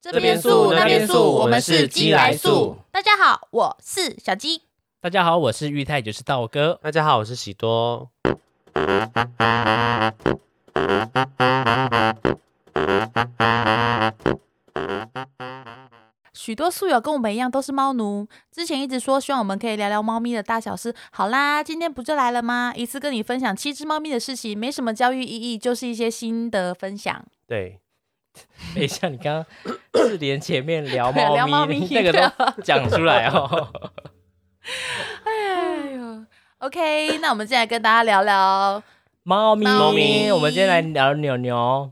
这边素那边素我们是鸡来素。大家好，我是小鸡。大家好，我是玉泰，也就是道哥。大家好，我是喜多。许多素友跟我们一样都是猫奴，之前一直说希望我们可以聊聊猫咪的大小事。好啦，今天不就来了吗？一次跟你分享七只猫咪的事情，没什么教育意义，就是一些心得分享。对，等一下，你刚刚是连前面聊猫聊猫咪咪 啊那 个都讲出来哦。哎呦，OK，那我们现在跟大家聊聊猫咪，猫咪我们今天来聊牛牛。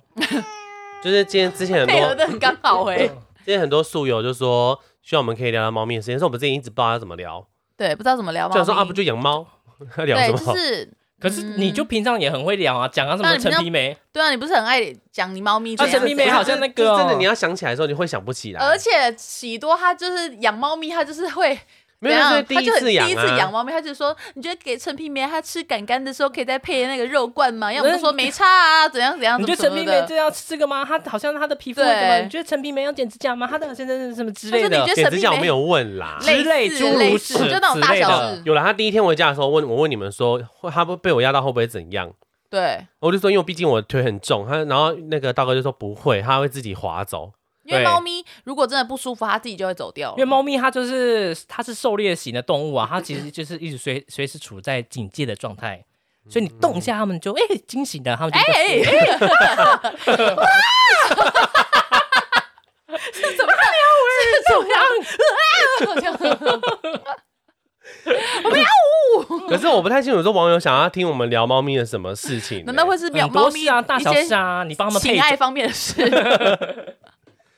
就是今天之前很 配合多，的很刚好哎、之前很多宿友就说希望我们可以聊聊猫咪的事情，说我们之前一直不知道要怎么聊，对，不知道怎么聊就猫想咪。说啊，不就养猫， 要聊什对，么？就是可是你就平常也很会聊啊，讲到什么陈皮梅，对啊，你不是很爱讲你猫咪啊怎样 神秘妹怎样好像那个哦就是真的你要想起来的时候，你会想不起来。而且喜多他就是养猫咪，他就是会没有，怎就是样第他一就很次养第一次养啊，猫咪，他就说，你觉得给陈皮梅它吃杆杆的时候，可以再配那个肉罐吗？要不就说没差啊，怎样怎样，你怎觉么怎得陈么皮梅的。这要吃这个吗？她好像她的皮肤对会怎么？你觉得陈皮梅要剪指甲吗？她的现在是什么之类但是的你觉？得剪指甲我神秘妹没有问啦。 之类似诸如类似此就那种大之类的小事，有啦，他第一天回家的时候问我问你们说，会他不被我压到会不会怎样？对，我就说，因为毕竟我腿很重，他然后那个道哥就说不会，他会自己滑走。 因为对猫咪如果真的不舒服，它自己就会走掉因为了。猫咪它就是它是狩猎型的动物啊，它其实就是一直随随时处在警戒的状态，所以你动一下它们就哎惊、醒的，它们就哎会哎哎！哇！ 是怎么样？ 是怎么样？啊！可是我不太清楚说网友想要听我们聊猫咪的什么事情、欸难道会？是很养猫多咪事啊，大小一事些啊，你帮它们配情爱方面的事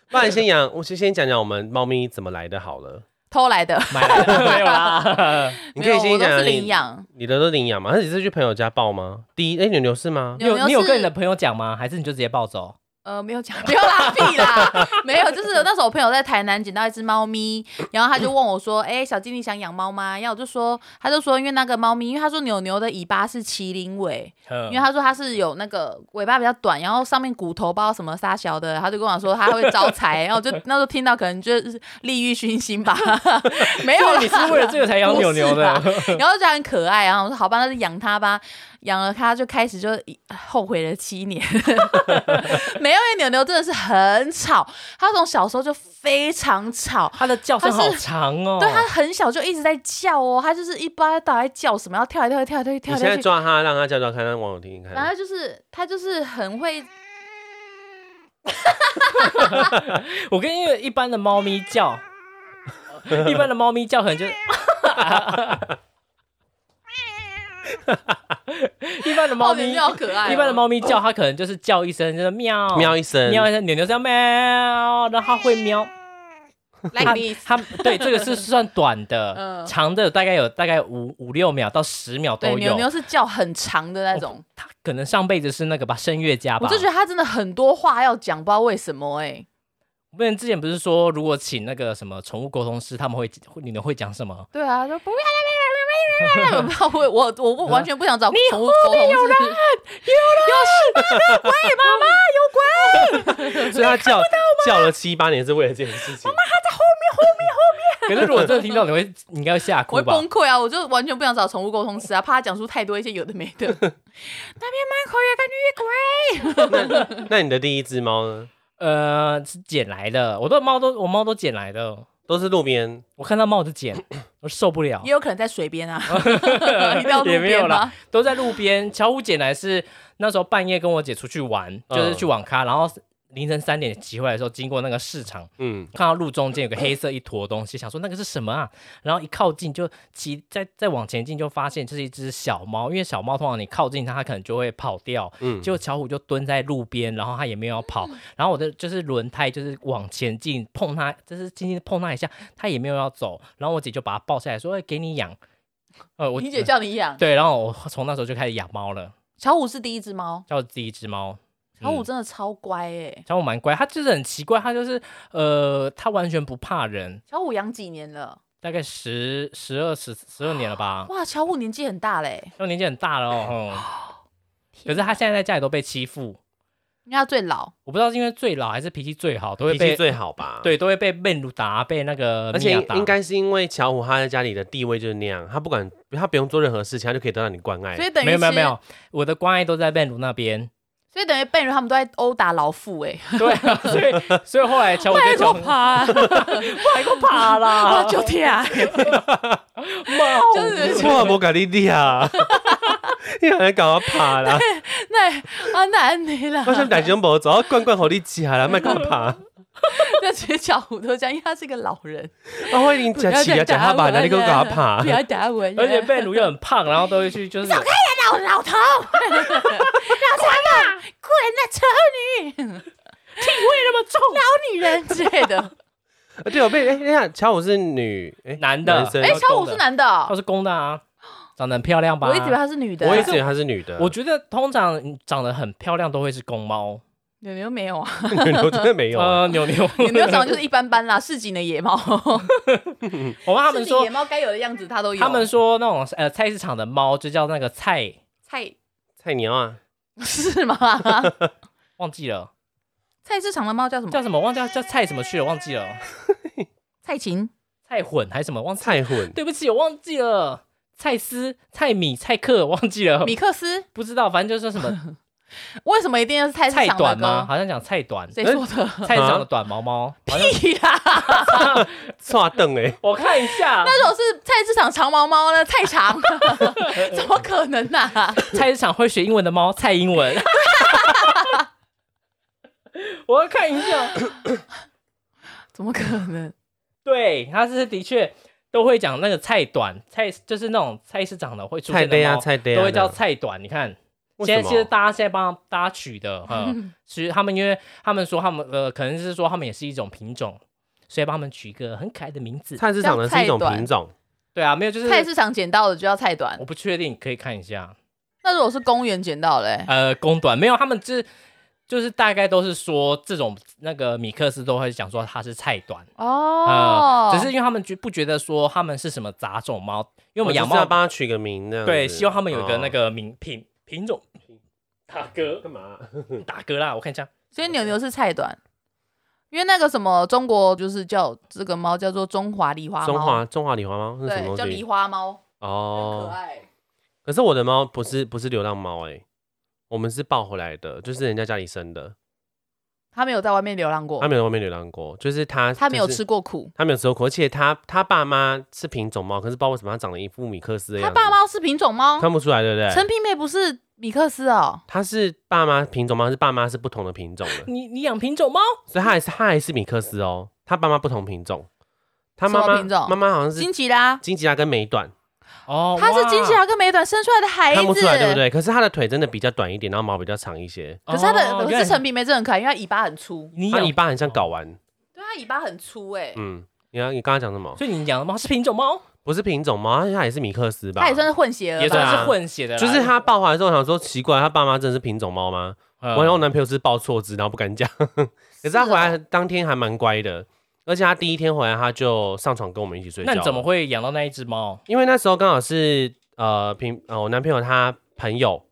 不然先养，我先先讲讲我们猫咪怎么来的好 了。偷来 的？买来的没有啦？你可以没有先我讲都啊讲是你领，养，你的都领养吗？那你是去朋友家抱吗？第一，哎、牛牛是吗？你有你有是跟你的朋友讲吗？还是你就直接抱走？ 呃，没有讲， 没有啦，屁啦，没有。就是那时候我朋友在台南捡到一只猫咪，然后他就问我说：“ 哎、小金，你想养猫吗？”然后我就说，他就说，因为那个猫咪，因为他说牛牛的尾巴是麒麟尾，因为嗯，他说他是有那个尾巴比较短，然后上面骨头包什么沙小的，他就跟我说他会招财，然后我就那时候听到可能就是利欲熏心吧， 没有对，啦，你是为了这个才养牛牛的不，然后就觉得很可爱，然后我说好吧，那就养它吧。养了它就开始就一后悔了七年， 没有，因为牛牛真的是很吵，它从小时候就非常吵。它的叫声它是好长哦。对，它很小就一直在叫哦，它就是一不知道到底在叫什么，要跳来跳去，跳来跳去，跳你来跳现在去。抓它，让它叫叫看，让网友听听然看。后就是它就是很会，我跟因为一般的猫咪 叫，一般的猫咪叫可 能就，一般的猫哦咪，牛牛好可爱哦、一般的猫咪叫它可能就是叫一声，就是喵喵一声，喵一声，牛牛是要喵，然后它会喵。 ，like this，它对这个是算短 的，嗯长的有大概有大概五五六秒到十秒对，都牛有。哦牛是叫很长的那种，它可能上辈子是那个吧，声乐家我吧。就觉得它真的很多话要讲，不知道为什么哎、我们之前不是说，如果请那个什么宠物沟通师，他们会会你们会讲什么？对啊，说不要我不知道 我我我不完全不想找宠物沟通师，所以 它叫叫了七八年是为了这件事情。可是如果真的听到，你会你应该会吓 我会哭吧崩？溃啊！我就完全不想找宠物沟通师啊，怕他讲出太多一些有的没的。那边门口有个女鬼，那你的第一只猫呢？呃，是捡来的，我的猫都我猫都捡来的，都是路边，我看到猫我就捡， 我受不了也。有可能在水边 啊，一定要路也没有边啦吗？，都在路边。巧虎捡来是那时候半夜跟我姐出去玩，嗯就是去网咖，然后凌晨三点骑回来的时候，经过那个市场，嗯，看到路中间有个黑色一坨东西，想说那个是什么啊？然后一靠近就骑，再再往前进就发现这是一只小猫，因为小猫通常你靠近它，它可能就会跑掉。嗯结果巧虎就蹲在路边，然后它也没有要跑，然后我的就是轮胎就是往前进碰它，就是轻轻碰它一下，它也没有要走，然后我姐就把它抱下来说：“哎、给你养。”呃，我你姐叫你养对，然后我从那时候就开始养猫了，小虎是第一只猫，叫第一只猫。小虎嗯真的超乖哎、小虎蛮乖，它就是很奇怪，它就是呃，它完全不怕人，小虎养几年了？大概十十二十十二年了吧，哇，小虎年纪很大嘞、因为年纪很大了哦。嗯可是它现在在家里都被欺负，因为他最老，我不知道是因为最老还是脾气最好，都会脾气被最好吧？，对都会被被鲁达被那个而米且娅应打应该是因为巧虎他在家里的地位就是那样，他不管他不用做任何事情，他就可以得到你关爱 所。以等于哎没有没有是没，有，我的关爱都在贝鲁那边。 所以等于贝如他们都在殴打老妇哎、对啊，所以所以后来乔我欸，就我乔怕， 太过怕 我啦，就天啊，就是哇，摩卡利利 亚，你还搞我怕啦！那啊那安妮 啦，我想打胸脯，走到罐罐好力气啦，卖干怕。 那其实小虎都这样，因为他是个老 人，啊，我已经不夹要起再啊，夹打他我吧，哪里给我搞了怕不？要打我，而且贝鲁又很胖，然后都会去就是老老头，老头啊，滚那丑女，体味那么重，老女人之类的。 啊对，我被哎，等一下，巧虎是女，哎，男的男生哎，要小公虎的是男的哦都，是公的啊，长得很漂亮吧？我一直以为他是女的。我一直以为她是女的，我觉得通常你长得很漂亮都会是公猫，牛牛没有啊，我真的没 有啊。呃，牛 牛，牛牛长得就是一般般 啦，市井的野猫，我妈他们市井说野，猫该有的样子他都有。他们说那种呃菜市场的猫就叫那个菜，菜 菜鸟啊，是 吗？忘记了菜市场的猫叫什么？叫什么，忘记了叫菜什么去了，忘记了菜芹。菜混还是什么，忘记，菜混，对不起，我忘记了。菜丝、菜米、菜克，忘记了，米克斯不知道，反正就是说什么为什么一定要是菜市菜场短的吗？呢？好像讲菜短，谁呃说的？菜市场的短毛猫。好像屁啦！刷凳哎，我看一下，那种是菜市场长毛猫呢？菜长， 怎么可能呢、啊？菜市场会学英文的猫，蔡英文。 我要看一下，怎么可能？对，它是的确都会讲那个菜短菜，就是那种菜市场的会出菜现的 呆啊，猫，菜呆啊，都会叫菜短。你看，为现什在么其实大家现在帮大家取 的，嗯，其实他们因为他们说他们呃，可能是说他们也是一种品种，所以帮他们取一个很可爱的名字。菜市场的是一种叫菜短品种，对啊，没有就是菜市场捡到的就叫菜短我，不确定，可以看一下。那如果是公园捡到嘞、呃，公短没有，他们就是就是大概都是说这种那个米克斯都会讲说它是菜短，呃呃哦、只是因为他们觉不觉得说他们是什么杂种猫，因为我们养就是要猫帮它取个名这样子。对，希望他们有一个哦那个名品品种。打嗝，干嘛？打嗝啦！我看一下，所以牛牛是菜短，因为那个什么中国就是叫这个猫叫做中华狸花猫，中华中华狸花猫是什对么叫东狸西？花猫，很可哦，爱。可是我的猫不是不是流浪猫哎，我们是抱回来的，就是人家家里生的，它没有在外面流浪过，它没有在外面流浪过，就是它它没有。就是吃过苦。它没有吃过苦，而且它它爸妈是品种猫，可是不知道为什么它长得一副米克斯的它样子，爸妈是品种猫，看不出来，对不对？陈皮妹不是米克斯哦，它是爸妈品种猫，是爸妈是不同的品种嗯的，你你养品种猫，所以它还是它还是米克斯哦，它爸妈不同品种，它妈什么妈品种妈妈好像是金吉拉，金吉拉跟美短，哦，它是金啊吉哇，拉跟美短生出来的孩子，看不出来对不？对？可是它的腿真的比较短一点，然后毛比较长一些，可是它的、哦可原来是陈皮妹真的很可爱，因为它尾巴很粗，你它养尾，巴很像睾丸，对，啊它尾巴很粗哎、嗯。你刚你刚刚讲什么？所以你养的猫是品种猫，不是品种猫，它也是米克斯吧？它也算是混血儿吧，也算对是啊混血的啦，就是他抱回来之后，想说奇怪，他爸妈真的是品种猫吗？嗯，我然后男朋友是抱错只，然后不敢 讲。可是他回来哦当天还蛮乖的，而且他第一天回来他就上床跟我们一起睡觉。那你怎么？会养到那一只猫？因为那时候刚好是呃平呃我男朋友他朋友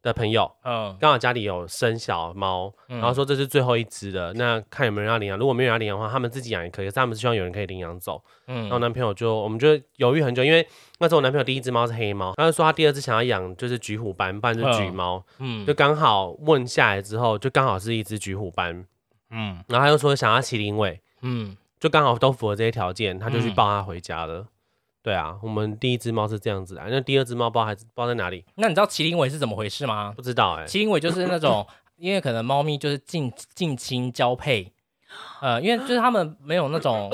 的朋友，嗯，刚好家里有生小猫，嗯然后说这是最后一只了，那看有没有人要领养。如果没有人要领养的话，他们自己养也可以，可是他们是希望有人可以领养走。然后嗯，男朋友就我们就犹豫很久，因为那时候我男朋友第一只猫是黑猫，他就说他第二只想要养就是橘虎斑，不然就是橘嗯猫。就嗯，刚好问下来之后，就刚好是一只橘虎斑，嗯，然后他又说想要麒麟尾，嗯，就刚好都符合这些条件，他就去抱它回家了。对啊，我们第一只猫是这样子的，啊那第二只猫抱还是抱在哪里？那你知道麒麟尾是怎么回事吗？不知道哎、麒麟尾就是那种， 因为可能猫咪就是近近亲交 配，呃，因为就是它们没有那种，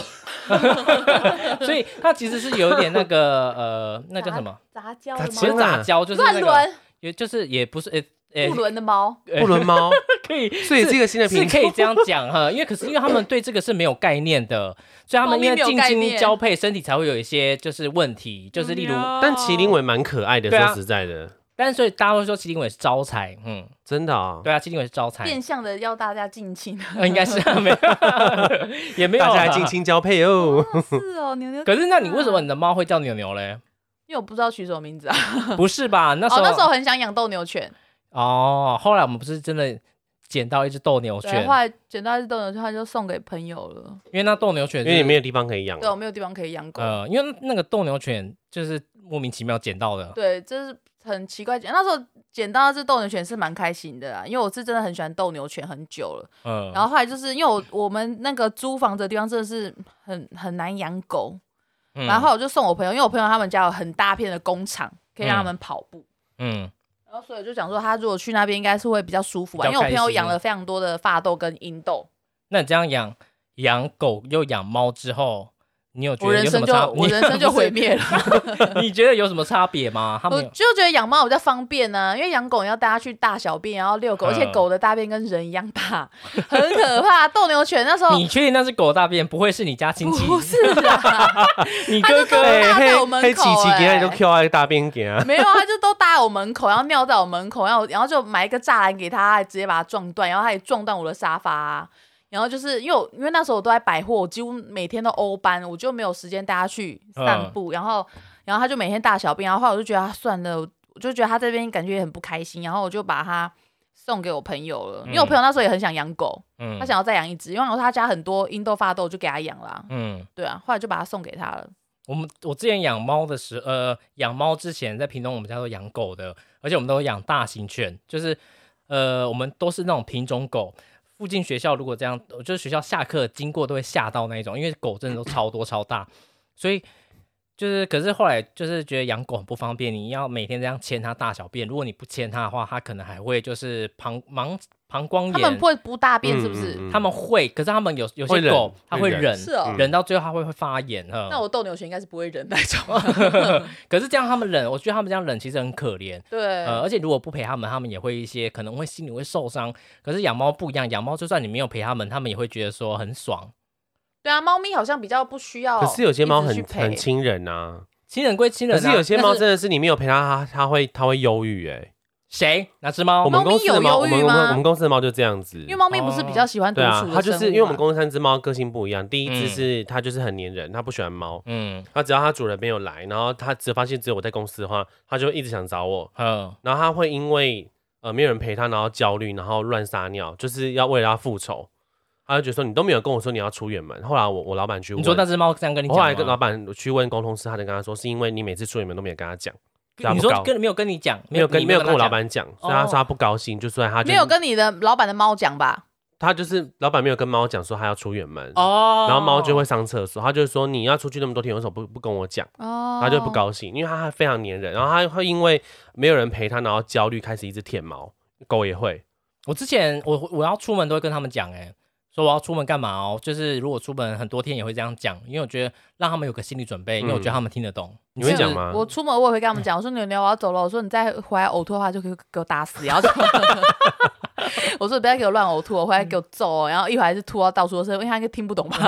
所以它其实是有一点那个呃，那叫什么？ 杂交杂的不是交猫，天杂啊交，就是乱那个，伦也就是也 不是，呃、呃、不伦的猫，布伦猫，可以所以是一个新 的是品可以种。这样讲哈，因为可是因为他们对这个是没有概念的，所以他猫们咪因为没有近概亲念嗯啊交配，身体才会有一些就是问题，就是例如， 但麒麟尾蛮可爱的，对啊说实在的，但是所以大家会说麒麟尾是招财，嗯，真的啊，对啊，麒麟尾是招财，变相的要大家近亲， 呃应该是没有，也啊没有大家来啦近亲交配哦。是哦，牛牛。可是那你为什么你的猫会叫牛牛 嘞？因为我不知道取什么名字啊。不是吧？那时哦，候那时候很想养斗牛犬，哦后来我们不是真的捡到一只斗牛对，犬后，来捡到一只斗牛犬，他就送给朋友了。因为那斗牛犬因为也是没有地方可以养啊对，。我啊没有地方可以养狗。呃，因为那个斗牛犬就是莫名其妙捡到的，对，这是很奇怪。那时候捡到这只斗牛犬是蛮开心的啊啦，因为我是真的很喜欢斗牛犬很久了。嗯，然后后来就是因为我我们那个租房子的地方真的是很很难养狗，嗯然后我就送我朋友，因为我朋友他们家有很大片的工厂，可以让他们跑步。嗯然后所以我就想说，他如果去那边应该是会比较舒服吧，比因较为我朋友开心养了非常多的发豆跟英豆，那你这样养养狗又养猫之后，你有觉我得人有什生么就差？我人 生就毁灭了。你你觉得有什么差别吗？他我们有就觉得养猫比较方便呢、因为养狗你要带它去大小便，然后遛狗，嗯而且狗的大便跟人一样大，很可 怕。斗牛犬那时候你确定那是狗大便？不会是你家亲戚？不是啦，你它就哥哎跟哥我搭在我嘿嘿，嘿，门琪口、琪给欸，你都 Q 在大便给 啊，没有，它就都搭在我门口，然后尿在我门口，然后然后就买一个栅栏给它，直接把它撞断，然后它也撞断我的沙发啊、然后就是因为我因为那时候我都在百货，我几乎每天都欧班，我就没有时间带它去散步，嗯然后然后它就每天大小便，然后后来我就觉得、啊、算了，我就觉得它这边感觉也很不开心，然后我就把它送给我朋友了，因为我嗯朋友那时候也很想养狗，嗯他想要再养一只，因为他家很多英豆发豆，我就给他养啦。嗯，对啊，后来就把它送给他了。我们我之前养猫的时呃，养猫之前在屏东，我们家都养狗的，而且我们都养大型犬，就是呃，我们都是那种品种狗。附近学校如果这样，就是学校下课经过都会吓到那一种，因为狗真的都超多超大，所以就是可是后来就是觉得养狗很不方便，你要每天这样牵它大小便，如果你不牵它的话，它可能还会就是膀膀膀胱炎，他们不会不大便是不嗯是？嗯嗯他们会，可是他们有有会些忍狗它会会忍忍，是哦嗯忍到最后它会会发炎嗯哈。那我斗牛犬应该是不会忍啊那种。 可是这样他们忍，我觉得他们这样忍其实很可怜。对，呃，而且如果不陪他们，他们也会一些可能会心里会受伤。可是养猫不一样，养猫就算你没有陪他们，他们也会觉得说很爽。对啊，猫咪好像比较不需哦要一可直去陪。是有些猫很很亲人啊，亲人归亲人、可啊，是有些猫但是真的是你没有陪它，它它会它会忧郁哎。谁哪只猫我？们哦猫咪公司有的猫，我忧们郁我们吗我们公司的猫就这样子因为。猫咪不是比较喜欢独对啊处，它的就生物是因为我们嘛公司三只猫个性不一样，第一只嗯是它就是很粘人，它不喜欢猫，嗯它只要它主人没有来，然后它只发现只有我在公司的话，它就一直想找我，嗯然后它会因为呃没有人陪它，然后焦虑，然后乱撒尿，就是要为了它复仇，它就觉得说你都没有跟我说你要出远门，后来我我老板去问，你说那只猫这样跟你我后来讲跟老吗？板去问沟通师，他就跟他说，是因为你每次出远门都没有跟他讲，所以他你不说高跟没有跟你讲，没有跟你没有跟我他老讲板讲，所以他说他不高兴，就所以他就哦没有跟你的老板的猫讲吧？他就是老板没有跟猫讲说他要出远门，哦，然后猫就会上厕所，他就说你要出去那么多天，为什么不不跟我讲？哦，他就不。啊高兴，因为他还非常粘人，然后他会因为没有人陪他，然后焦虑开始一直舔毛，狗也会，我之前我我要出门都会跟他们讲，哎，说我要出门干嘛哦，就是如果出门很多天也会这样讲，因为我觉得让他们有个心理准备，因为我觉得他们听得懂。嗯你是会不是讲？吗？我出门我也会跟他们 讲，我说牛牛我要走了，我说你再回来呕吐的话就给我给我打死，然后 就 我说你不要给我乱呕吐，我回来嗯给我揍哦，然后一会儿是吐到到处都是，因为他应该听不懂 吧？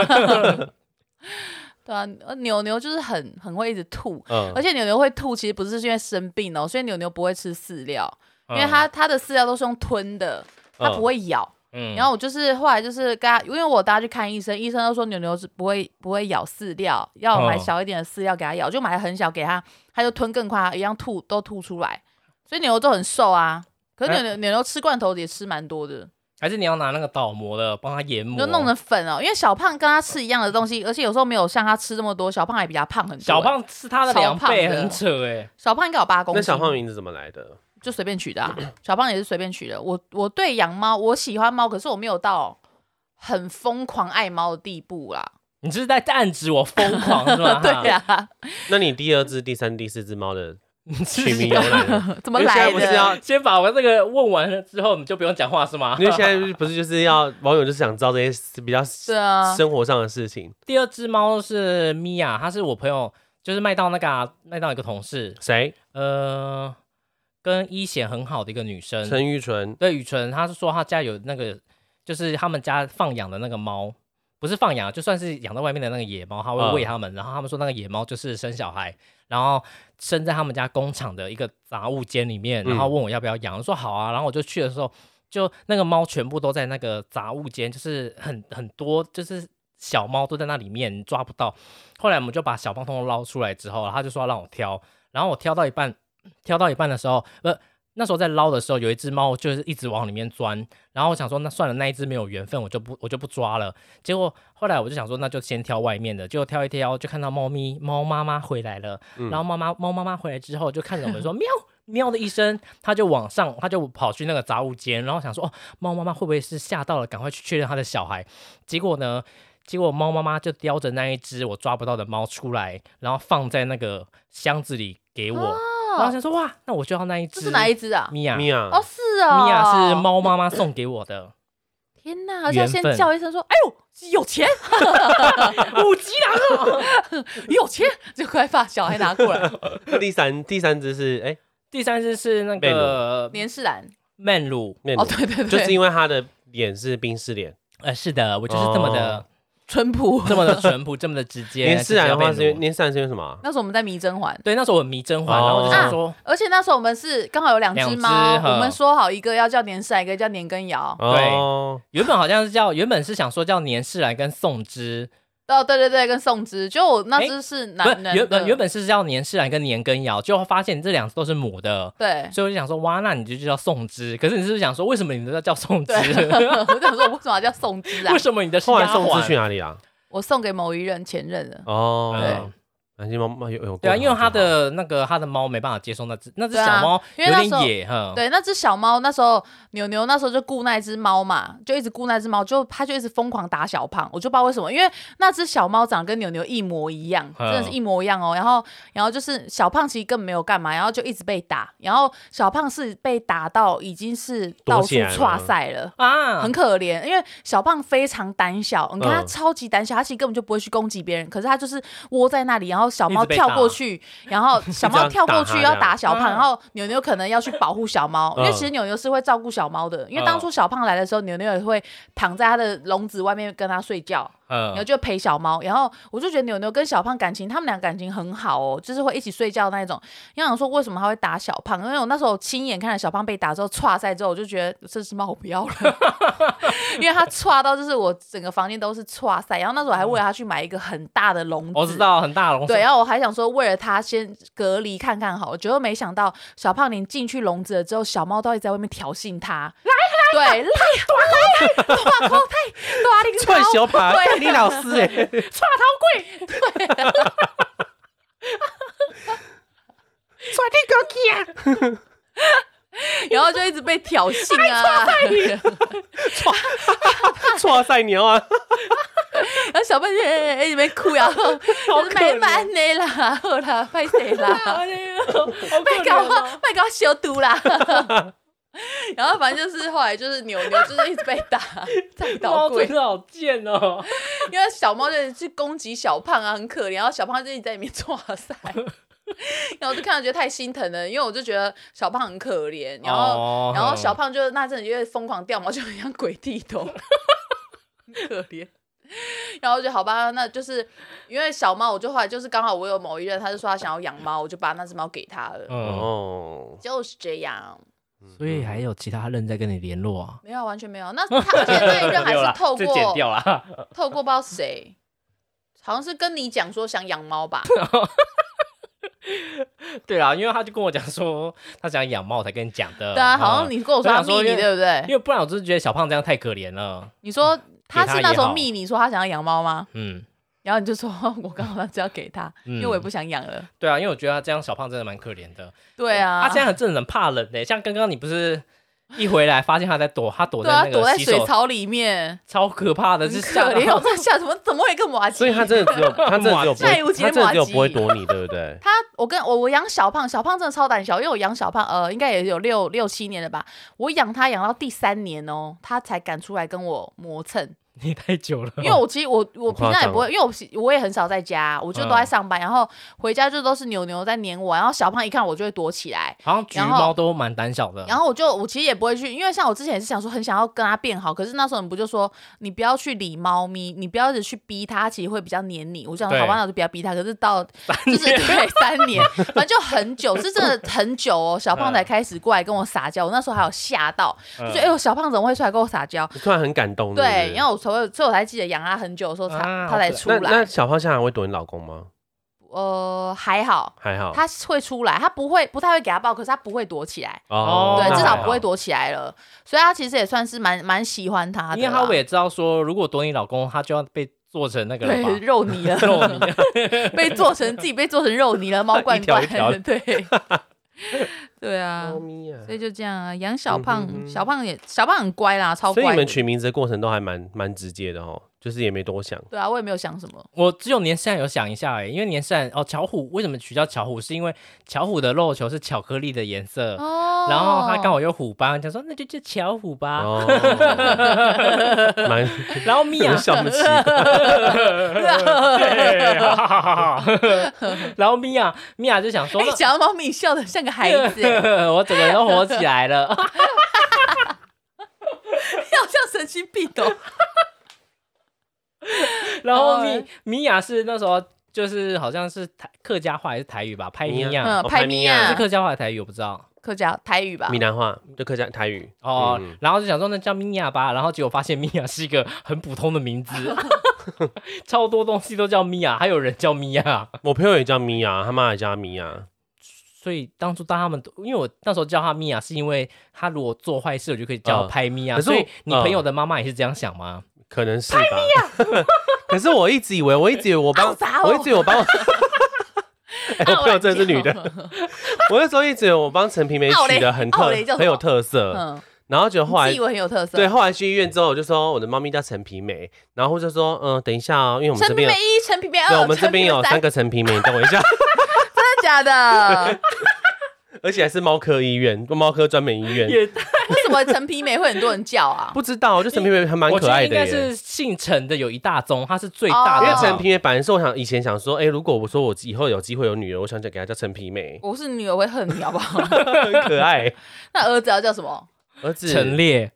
对啊，呃牛牛就是很很会一直吐，嗯而，且牛牛会吐其实不是因为生病哦，所以牛牛不会吃饲料，因为它它的饲料都是用吞的，它不会咬。嗯，然后我就是后来就是跟他，因为我带他去看医生，医生都说牛牛是不会不会咬饲料，要买嗯小一点的饲料给它咬，就买很小给它，它就吞更快，一样吐都吐出来。所以牛牛都很瘦啊，可是牛牛、哎牛牛吃罐头也吃蛮多的，还是你要拿那个倒模的帮他研磨，就弄成粉哦。因为小胖跟他吃一样的东西，而且有时候没有像他吃这么多，小胖还比他胖很多。小胖吃他的两超胖倍，的很扯哎。小胖应该有八公那斤，小胖名字怎么来的？就随便取的、啊，小胖也是随便取的。我我对养猫，我喜欢猫，可是我没有到很疯狂爱猫的地步 啦。你这是在暗指我疯狂是吧？ 啊对啊呀、那你第二只、第三、第四只猫的 你是取名由来呢？ 怎么因为现来在不是要的？ 先把我这个问完了之后，你就不用讲话是吗因？为现 在不是就是要网友就是想知道这些比较对啊，生活上的事情。第二只猫是米娅，它是我朋友，就是卖到那个啊卖到一个同事，谁？呃，跟一贤很好的一个女生，陈玉纯。对，雨纯，他是说他家有那个，就是他们家放养的那个猫，不是放养，就算是养在外面的那个野猫，他会喂嗯它们。然后他们说那个野猫就是生小孩，然后生在他们家工厂的一个杂物间里面，然后嗯问我要不要养，我说好啊。然后我就去的时候，就那个猫全部都在那个杂物间，就是很很多，就是小猫都在那里面，你抓不到。后来我们就把小胖通通捞出来之后，他就说要让我挑，然后我挑到一半，挑到一半的时候，不、那时候在捞的时候，有一只猫就是一直往里面钻，然后我想说，那算了，那一只没有缘分，我就不我就不抓了。结果后来我就想说，那就先挑外面的，结果挑一挑，就看到猫咪猫妈妈回来了，然后妈妈猫妈妈回来之后，就看着我们说喵。喵的一声，它就往上，它就跑去那个杂物间，然后想说，哦，猫妈妈会不会是吓到了，赶快去确认它的小孩？结果呢，结果猫妈妈就叼着那一只我抓不到的猫出来，然后放在那个箱子里给我，然后想说哇，那我就要那一哦只。这是哪一只啊？米娅？米米娅哦，是哦，娅是。猫妈妈送给我的，天哪，而且要先缘分叫一声说：“哎呦，有 钱，五级狼。哦有钱！”就快把小孩拿过 来。那第三第三只是哎第三只是那个年世兰，曼鲁，面哦，乳，对对对，就是因为他的脸是冰室脸，呃，是的，我就是这么的、哦淳朴。 这么的淳朴，这么的直接。年四啊然的话就是是因要为曼鲁年四然是因为什么啊？那时候我们在迷甄嬛，对，那时候我很迷甄嬛，然后我就哦想说，而且那时候我们是刚好有两两只只猫，哈我们说好一个要叫年世兰，一个叫年羹尧。对哦，原本好像是叫，原本是想说叫年世兰跟宋芝，哦，对对对，跟宋芝，就我那哎只是不男是人原的本原本是叫年世兰跟年羹尧，结果发现这两只都是母的。对。所以我就想说，哇，那你就叫宋芝。可是你是不是想说，为什么你都要叫宋芝对，？啊 我想说，我为什么要叫宋芝啊 为？什么你的是后来丫送之去鬟？哪里啊？我送给某一任前任了。哦对，南京猫猫有有对啊，够因为好他就好的那个他的猫没办法接受那只那只对啊小猫因有为那时候点野嗯哈，对，那只小猫那时候牛牛那时候就顾那只猫嘛，就一直顾那只猫，就它就一直疯狂打小胖，我就不知道为什么，因为那只小猫长得跟牛牛一模一样，真嗯的是一模一样哦。然后，然后就是小胖其实根本没有干嘛，然后就一直被打，然后小胖是被打到已经是到躲处起来了岔赛了。啊，很可怜，因为小胖非常胆小，你看他嗯超级胆小，他其实根本就不会去攻击别人，可是他就是窝在那里，然后小猫一直被跳打过 去，然后小猫跳过去一直这样要打他打小胖，嗯然后牛牛可能要去保护小猫，因嗯为其实牛牛是会照顾小猫的，因为当初小胖来的时候，牛牛也会躺在他的笼子外面跟他睡觉，然后嗯，就陪小猫，然后我就觉得牛牛跟小胖感情，他们俩感情很好哦，就是会一起睡觉那一种。你想说为什么他会打小胖？因为我那时候亲眼看了小胖被打之后，歘赛之后，我就觉得这只猫我不要了，因为它歘到就是我整个房间都是歘赛。然后那时候我还为了它去买一个很大的笼子，我知道很大龙，对，然啊后我还想说，为了它先隔离看看好了，结果没想到小胖连进去笼子了之后，小猫都一直在外面挑衅它，来来，对，来呀来来，大口袋，大力串高小爬哦对佩妮老师哎， 叉头贵，对，串你狗然后就一直被挑衅啊，去，串赛牛啊，然后小笨人一直被哭，然后就是可怜没满的啦，好啦，拍谁哎啦，被别搞我，别搞我消毒啦。然后反正就是后来就是扭扭，就是一直被打， 再倒猫柜真，的好贱哦！因为小猫就是去攻击小胖啊，很可怜，然后小胖就一直在里面抓塞。 然后我就看到觉得太心疼了，因为我就觉得小胖很可怜， 然后哦然后小胖就那阵子因为疯狂掉毛，就很像鬼剃 头，很可怜。然后我就好吧，那就是因为小猫，我就后来就是刚好我有某一任，他就说他想要养猫，我就把那只猫给他了，嗯，哦，嗯就是这样。所以还有其他人在跟你联络 啊？没有，完全没有。那他而且那一任还没有啦是透这剪过掉了，透过不知道谁，好像是跟你讲说想养猫吧？ 对啦，因为他就跟我讲说他想养猫，我才跟你讲的。对啊，好像嗯，你跟我说他我想密说你，因为对不对？因为不然我就是觉得小胖这样太可怜了。你说他给是他那也时候好密你说他想要养猫吗？嗯嗯，然后你就说 我刚好那只要给他，因为我也不想养了。对啊，因为我觉得他这样小胖真的蛮可怜的。对啊，他现在很真的很怕冷的，像刚刚你不是一回来发现他在躲，他躲对啊，在那躲在个洗水手，槽里 面，超可怕的，很是可吓怜。到我在想，怎么怎么会跟瓦吉？所以他真的 只有他真的只有不下一会集的他真的只有马吉不会躲你，对不对？他，我跟我我养小胖，小胖真的超胆小，因为我养小胖，呃，应该也有六六七年了吧。我养他养到第三年哦，他才敢出来跟我磨蹭。你太久 了，因为我其实我我平很夸张常也不会，因为我平我也很少在家，我就都在嗯上班，然后回家就都是牛牛在黏我，然后小胖一看我就会躲起来，好像橘然后猫都蛮胆小的。然后我就我其实也不会去，因为像我之前也是想说很想要跟他变好，可是那时候你不就说你不要去理猫咪，你不要一直去逼它，它其实会比较黏你。我就想说对好吧，那我就不要逼它。可是到就是对三年，反正就很久，是真的很久哦。小胖才开始过来跟我撒娇，我那时候还有吓到，嗯就觉得哎呦小胖怎么会出来跟我撒娇？突然很感动，对，不然后我所以所以我才记得养它很久的时候，它啊它才好可出那那来。小胖现在还会躲你老公吗？呃还好，还哦好。它会出来，它不会不太会给它抱，可是它不会躲起来，哦，对，那至还少好不会躲起来了。所以它其实也算是蛮蛮喜欢它的啦，因为哈维也知道说，如果躲你老公，他就要被做成那个了吧对，肉泥了， 肉泥， 被做成自己被做成肉 泥了，猫罐一条罐，一条 哦对，对啊猫。咪啊所。以就这样啊，养小胖嗯，哼哼小胖也小胖很乖啦，超所以你乖的。们取名字的过程都还蛮蛮直接的哦，就是也没多想。对啊，我也没有想什么。我只有年善有想一下哎、因为年善哦，巧虎为什么取叫巧虎？是因为巧虎的肉球是巧克力的颜色，哦 然后他刚好有虎斑，他说那就叫巧虎啊吧。哦， 蛮然后米娅 很想不起，对哈哈哈哈然后米娅米娅就想说哎，，讲到猫咪，你笑的像个孩子， 哎我整个人都火起来了。 你好像神经病哦。然然后后米嘞米娅是那时候就是好像是台客家话还是台语吧，拍米娅米娅嗯，哦拍拍咪咪呀呀是，客家话还是台语我不知道客家台语吧闽？南话就客家台语哦。嗯然后就想说那叫米娅吧，然后结果发现米娅是一个很普通的名字， 超多东西都叫米娅，还有人叫米娅。我朋友也叫米娅，他妈也叫她米娅。所以当初当他们，因为我那时候叫他米娅，是因为他如果做坏事，我就可以叫他嗯拍米娅。可是所我以你朋友的妈妈也是这样想吗？可能是吧。 可是我一直以为，我一直以为我帮好杂，哦我一直以为我 帮我，哎我朋友真的是女的。的。我那时候一直以为我帮陈皮梅取的很奥特雷叫什么很有特色， 嗯，然后就后你来自以为很啊有特色。对，后来去医院之后，我就说我的猫咪叫陈皮梅，然后就说嗯，等一下哦，因为我们陈这皮边梅有。一，陈皮梅对，二，我们这边有陈皮梅三个陈皮梅，你等我一下，真的假的？ 而且还是猫科医院，猫科专门医 院。也为什么陈皮梅会很多人叫啊？不知道，就陈皮梅还蛮我觉可得爱应的该耶。是姓陈的有一大宗，他是最大哦因的。为陈皮梅本来是我想以前想说，哎，如果我说我以后有机会有女儿，我想给她叫陈皮梅，我是女儿会恨你好不好？很可爱。那儿子要叫什么？儿子，陈列，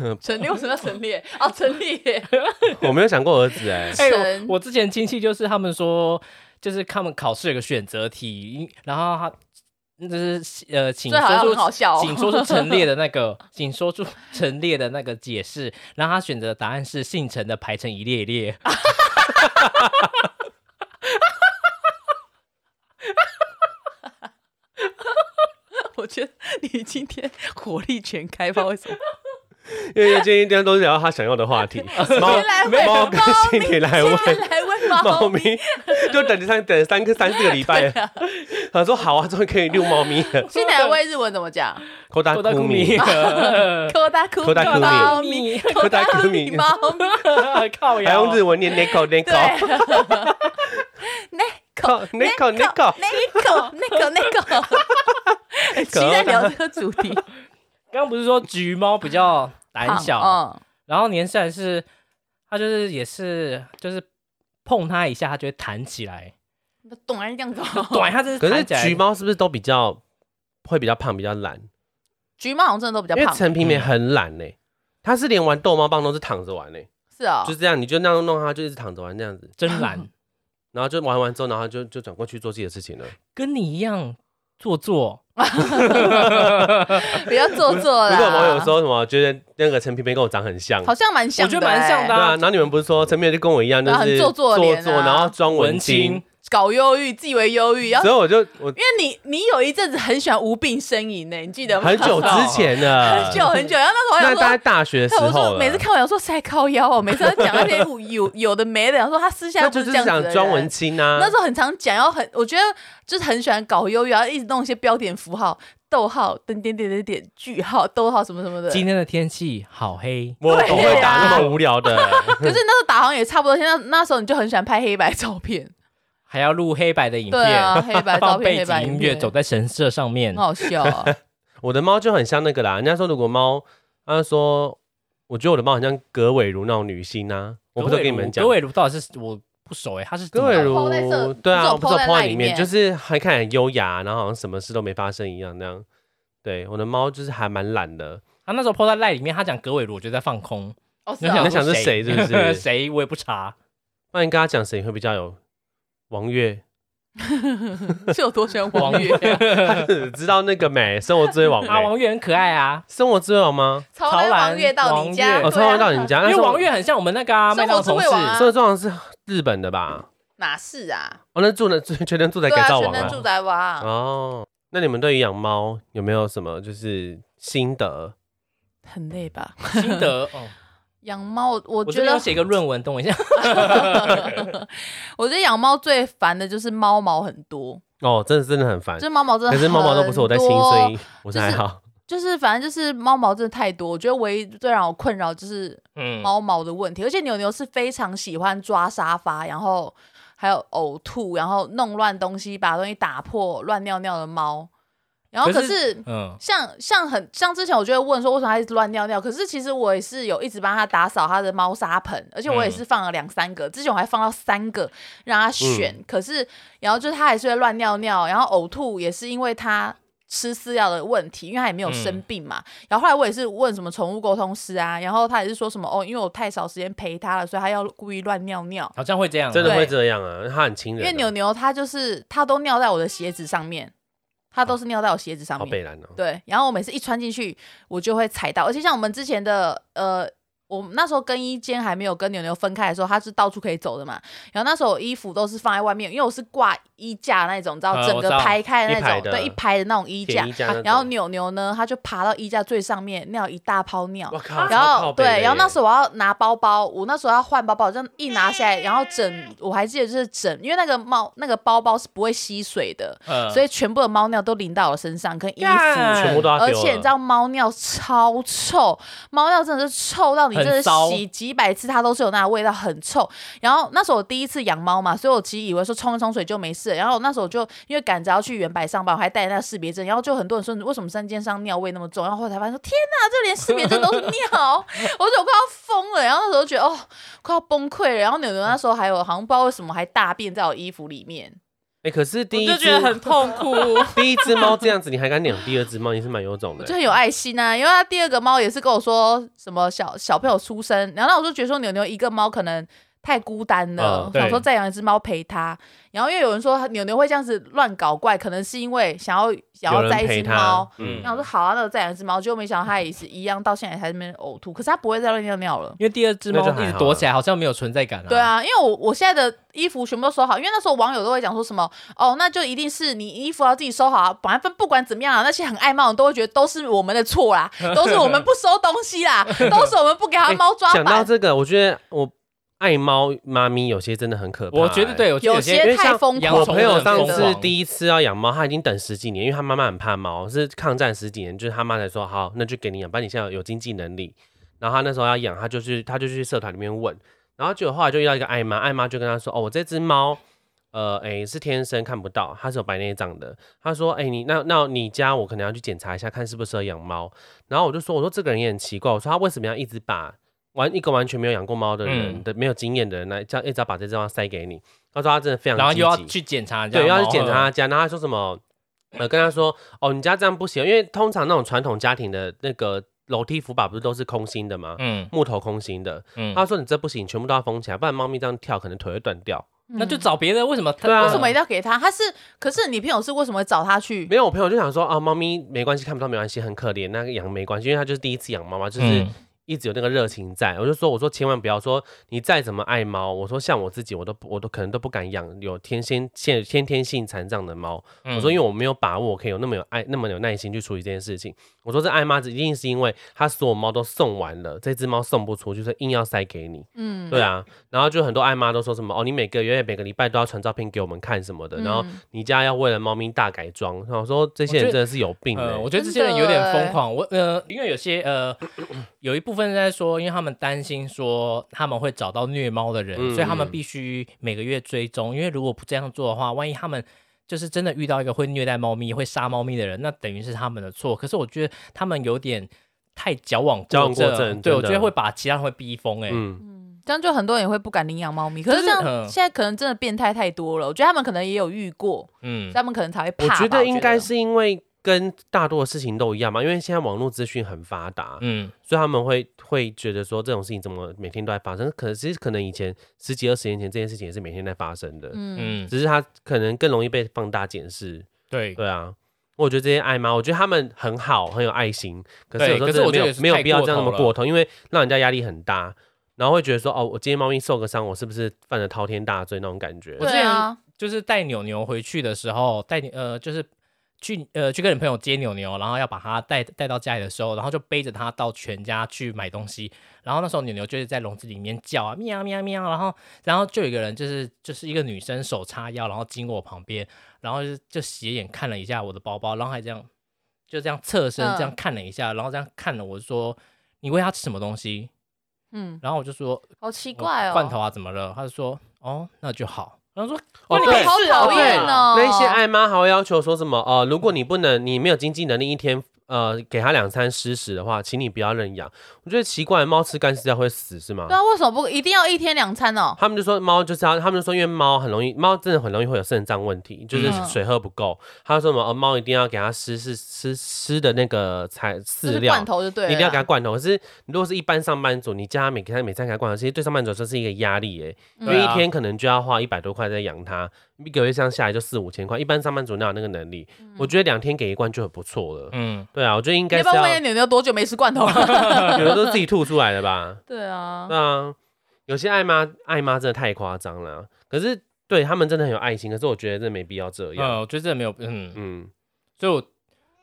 嗯陈列为什么叫陈列？哦，陈列。 我没有想过儿子 哎、哎、神我我之前亲戚就是他们说，就是他们考试有个选择题，然后他。就是呃，请最好说要出很好笑哦请说出陈列的那 个，请说出陈列的那个解释，然后他选择的答案是姓陈的排成一列一列。我觉得你今天火力全开，不知道为什么。因为今天都是聊到他想要的 话题，猫来喂猫跟猫咪性体来问 今天来问猫猫咪，就等着三等三个三四个礼 拜，啊啊他说好啊，终于可以遛猫咪 了，新南威日文怎么讲？扣达大库米， 科达库科达库米猫 咪，科达库米科达库米猫咪，靠呀！ 还用日文念 nico nico 对。靠 nico nico， Nico Nico Nico，期 待聊这个主题。刚刚不是说橘猫比较胆小，嗯，然后年善是，它就是也是就是碰它一下，它就会弹起来， 懂啊，这 样子哦。短它就是可是弹起来。橘猫是不是都比较会比较胖，比较懒？橘猫好像真的都比较因为胖，嗯陈皮梅很懒呢，他是连玩逗猫棒都是躺着玩呢，是哦就。这样，你就那样弄它，就一直躺着玩这样子，真懒，然后就玩完之后，然后就就转过去做自己的事情了。跟你一样做作。不要做作如啦。果网友说什么觉得那个陈皮梅跟我长很像，啊好像蛮像的欸，我觉得蛮像的对啊，然后你们不是说陈皮梅就跟我一样，就对啊很是做作脸啊做然后装文文青青，，欸搞忧郁，自以为忧郁，然后所以我就我因为你你有一阵子很喜欢无病呻吟呢，你记得吗？很久之前的，很久很久，然后那时候我那大想概说。大学的时我候说了，每次看我想说晒靠腰哦，每次都讲那 些有有有的没的，然后说他私下那不就是这样子的想人装文青啊那。时候很常讲，要很，我觉得就是很喜欢搞忧郁，然后一直弄一些标点符号、逗号、等点点点点、句号、逗号什么什么的。今天的天气好黑，我不会打对啊那么无聊的，可是那时候打行也差不多，现在那时候你就很喜欢拍黑白照片，还要录黑白的影片，对啊，黑白照片、放背黑景白音乐，片走在神社上面很。好笑啊。我的猫就很像那个啦。人家说如果猫，他说我觉得我的猫很像葛伟如那种女星啊，我不是有跟你们讲葛。伟如到底是我不熟哎、他是怎葛么伟搞的如我 po 在这对啊，我不不是是我 po 在有 po 那在里里面面，就是还看起来很优雅，然后好像什么事都没发生一样那样。对，我的猫就是还蛮懒的，他那时候 PO 在赖里面，他讲葛伟如，我就在放空。哦，是你你哦在，想是谁谁是不 是谁我也不查，不然你跟他讲谁会比较有王月， 是有多喜欢王月， 他只知道那个美生活之王 啊，美，王月很可爱啊，生活之王吗？曹来王月到你家，曹我兰从对啊小到你家，因那为时候王月很像我们那个啊生活麦当劳智慧同事，王啊生活之王是日本的吧？哪哪是啊？哦，那住那全全能住宅对改啊，造全网能住啊。宅网哦，那你们对于养猫有没有什么就是心得？很累吧？心 得，哦，养猫，我我我觉这边得有写一个论文，等我一下。 我觉得养猫最烦的就是猫毛很多，哦，真的真的很烦就。是猫毛真的可是猫毛都不是我在清，很多所以我是就还是好。就是反正就是猫毛真的太多，我觉得唯一最让我困扰就是嗯，猫毛的问题，而且牛牛是非常喜欢抓沙发，然后还有呕吐，然后弄乱东西，把东西打破、乱尿尿的猫。然后可可是是嗯，像像很像之前我就会问说为什么它一直乱尿尿，可是其实我也是有一直帮它打扫它的猫砂盆，而且我也是放了两三个，之前我还放到三个让它选，可是然后就是它还是会乱尿尿，然后呕吐也是因为它。吃饲料的问题，因为它也没有生病嘛。然后后来我也是问什么宠物沟通师啊，然后他也是说什么哦，因为我太少时间陪它了，所以它要故意乱尿尿。好像会这样，真的对会这样啊？它很亲因人啊，为牛牛它就是它都尿在我的鞋子上面，它都是尿在我鞋子上好面。北蓝哦。对，然后我每次一穿进去，我就会踩到，而且像我们之前的呃。我们那时候更衣间还没有跟牛牛分开的时候，它是到处可以走的嘛。然后那时候我衣服都是放在外面，因为我是挂衣架那种，你知道啊呃整我个知道排开的一那排种，的对，一排的那种衣架便宜。家那种然后牛牛呢，它就爬到衣架最上面尿一大泡尿我。靠，然后对，然后那时候候我要拿包包，我那时候要换包包，这样一拿下来，然后整我还记得就是整，因为那个帽那个包包是不会吸水的，呃所以全部的猫尿都淋到我身上跟衣服干。全部都要丢而了，且你知道猫尿超臭，猫尿真的是臭到你真很的骚洗几百次它都是有那个味道，很臭。然后那时候我第一次养猫嘛，所以我其实以为说冲一冲水就没事了。然后我那时候就因为赶着要去原百上班，我还带那个识别证，然后就很多人说你为什么三间上尿味那么重？然后后来才发现说天哪，这连识别证都是 尿，我就快要疯了。然后那时候觉得哦，快要崩溃了。然后牛牛那时候还有好像不知道为什么还大便在我衣服里面。哎，可是第我一就只觉 得很痛苦，第一只猫这样子，你还敢养第二只猫，你是蛮有种我的欸就。很有爱心啊，因为他第二个猫也是跟我说什么小小朋友出生，然后我就觉得说牛牛一个猫可能太孤单了，嗯想说对再养一只猫陪它。然后因为有人说牛牛会这样子乱搞怪，可能是因为想要想有要人再一陪只它猫。，嗯然，后我说好啊，那我再养一只猫，结果没想到它也是一样，到现在还在那边呕吐，可是它不会再乱尿尿了。因为第二只猫那就还一直好躲起来，好像没有存在感啊。对，啊，因为我我现在的衣服全部都收好，因为那时候网友都会讲说什么哦，那就一定是你衣服要自己收好啊，反正不管怎么样啊，那些很爱猫的人都会觉得都是我们的错啦，都是我们不收东西啦，都是我们不给它 哎猫抓讲到板，这个，我觉得我爱猫妈咪有些真的很可怕。欸我觉得对，我觉有得因些些为太像疯养狂了。我朋友上真的次第一次要养猫，他已经等十几年，因为他妈妈很怕猫，是抗战十几年，就是他妈才说好，那就给你养，反正你现在有经济能力。然后他那时候要养，他就去他就去社团里面问，然后结果后来就遇到一个爱妈，爱妈就跟他说，哦，我这只猫。呃，诶、是天生看不到，它是有白内障的。他说，诶、你那那你家我可能要去检查一下，看适不适合养猫。然后我就说，我说这个人也很奇怪，我说他为什么要一直把完一个完全没有养过猫的人嗯的、没有经验的人来，这样一直要把这只猫塞给你。他说他真的非常然后积又要极去检查人家的对，猫，要去检查他家，然后他说什么？呃，跟他说，哦，你家这样不行，因为通常那种传统家庭的那个楼梯扶把不是都是空心的吗？嗯木头空心的。嗯，他说你这不行，全部都要封起来，不然猫咪这样跳可能腿会断掉。那就找别的，为什么他？对嗯啊为什么一定要给它？它是可是你朋友是为什么会找它去？没有，我朋友就想说啊，猫咪没关系，看不到没关系，很可怜，那个养没关系，因为他就是第一次养猫嘛，就是嗯一直有那个热情在。我就说，我说千万不要说你再怎么爱猫，我说像我自己，我都不我都可能都不敢养有天先先先天性残障的猫。我说，因为我没有把握，我可以有那么有爱，那么有耐心去处理这件事情。我说这爱妈子一定是因为她所有猫都送完了，这只猫送不出去，所以硬要塞给你。嗯，对啊，然后就很多爱妈都说什么哦，你每个月每个礼拜都要传照片给我们看什么的，然后嗯你家要为了猫咪大改装。然后我说这些人真的是有病的、欸呃，我觉得这些人有点疯狂。我呃，因为有些呃， 有一部分在说，因为他们担心说他们会找到虐猫的人，嗯所以他们嗯必须每个月追踪。因为如果不这样做的话，万一他们就是真的遇到一个会虐待猫咪、会杀猫咪的人，那等于是他们的错。可是我觉得他们有点太矫枉矫枉过正，正对我真的觉得会把其他人会逼疯、欸。哎、嗯，这样就很多人也会不敢领养猫咪。可是就这是样嗯现在可能真的变态太多了，我觉得他们可能也有遇过，嗯，他们可能才会怕我吧。觉得应该是。是因为跟大多的事情都一样嘛，因为现在网络资讯很发达，嗯，所以他们会会觉得说这种事情怎么每天都在发生？可是其实可能以前十几二十年前这件事情也是每天在发生的，嗯，嗯，只是它可能更容易被放大检视。对，对啊，我觉得这些爱妈，我觉得他们很好，很有爱心，可是对有时候可是真的我觉没得有也是没有太必要过这样那头么了过头，因为让人家压力很大。然后会觉得说，哦，我今天猫咪受个伤，我是不是犯了滔天大罪那种感觉？我之对啊，就是带牛牛回去的时候，带你呃就是去呃去跟你朋友接牛牛，然后要把它带带到家里的时候，然后就背着它到全家去买东西，然后那时候牛牛就是在笼子里面叫啊喵喵喵，然后然后就有一个人就是就是一个女生手叉腰，然后经过我旁边，然后就就斜眼看了一下我的包包，然后还这样就这样侧身嗯这样看了一下，然后这样看了我说你喂它吃什么东西？嗯，然后我就说好奇我怪哦，罐头啊怎么了？他就说哦那就好，然后说哦，对对好讨厌哦，那一些爱妈还会要求说什么？呃，如果你不能，你没有经济能力，一天呃给它两餐湿食的话，请你不要认养。我觉得奇怪，猫吃干饲料会死是吗对？啊，为什么不一定要一天两餐哦？他们就说猫就是要，他们就说因为猫很容易，猫真的很容易会有肾脏问题，就是嗯水喝不够。他说什么？呃，猫一定要给它吃是吃吃的那个材就饲是料罐，头就对了，你一定要给它罐头。可是你如果是一般上班族，你叫他每天每餐给它罐头，其实对上班族来说是一个压力耶、嗯因为对一啊天可能就要花一百多块在养它，一个月这样下来就四五千块。一般上班族哪有那个能力？我觉得两天给一罐就很不错了。嗯。对啊，我觉得应嗯你该要是不要问一下要，牛牛多久没吃罐头 了？有的都是自己吐出来的吧？对哦啊，对啊，有些爱妈爱妈真的太夸张了。啊可是对他们真的很有爱心，可是我觉得真的没必要这样。嗯，我觉得这没有，嗯，嗯，所以我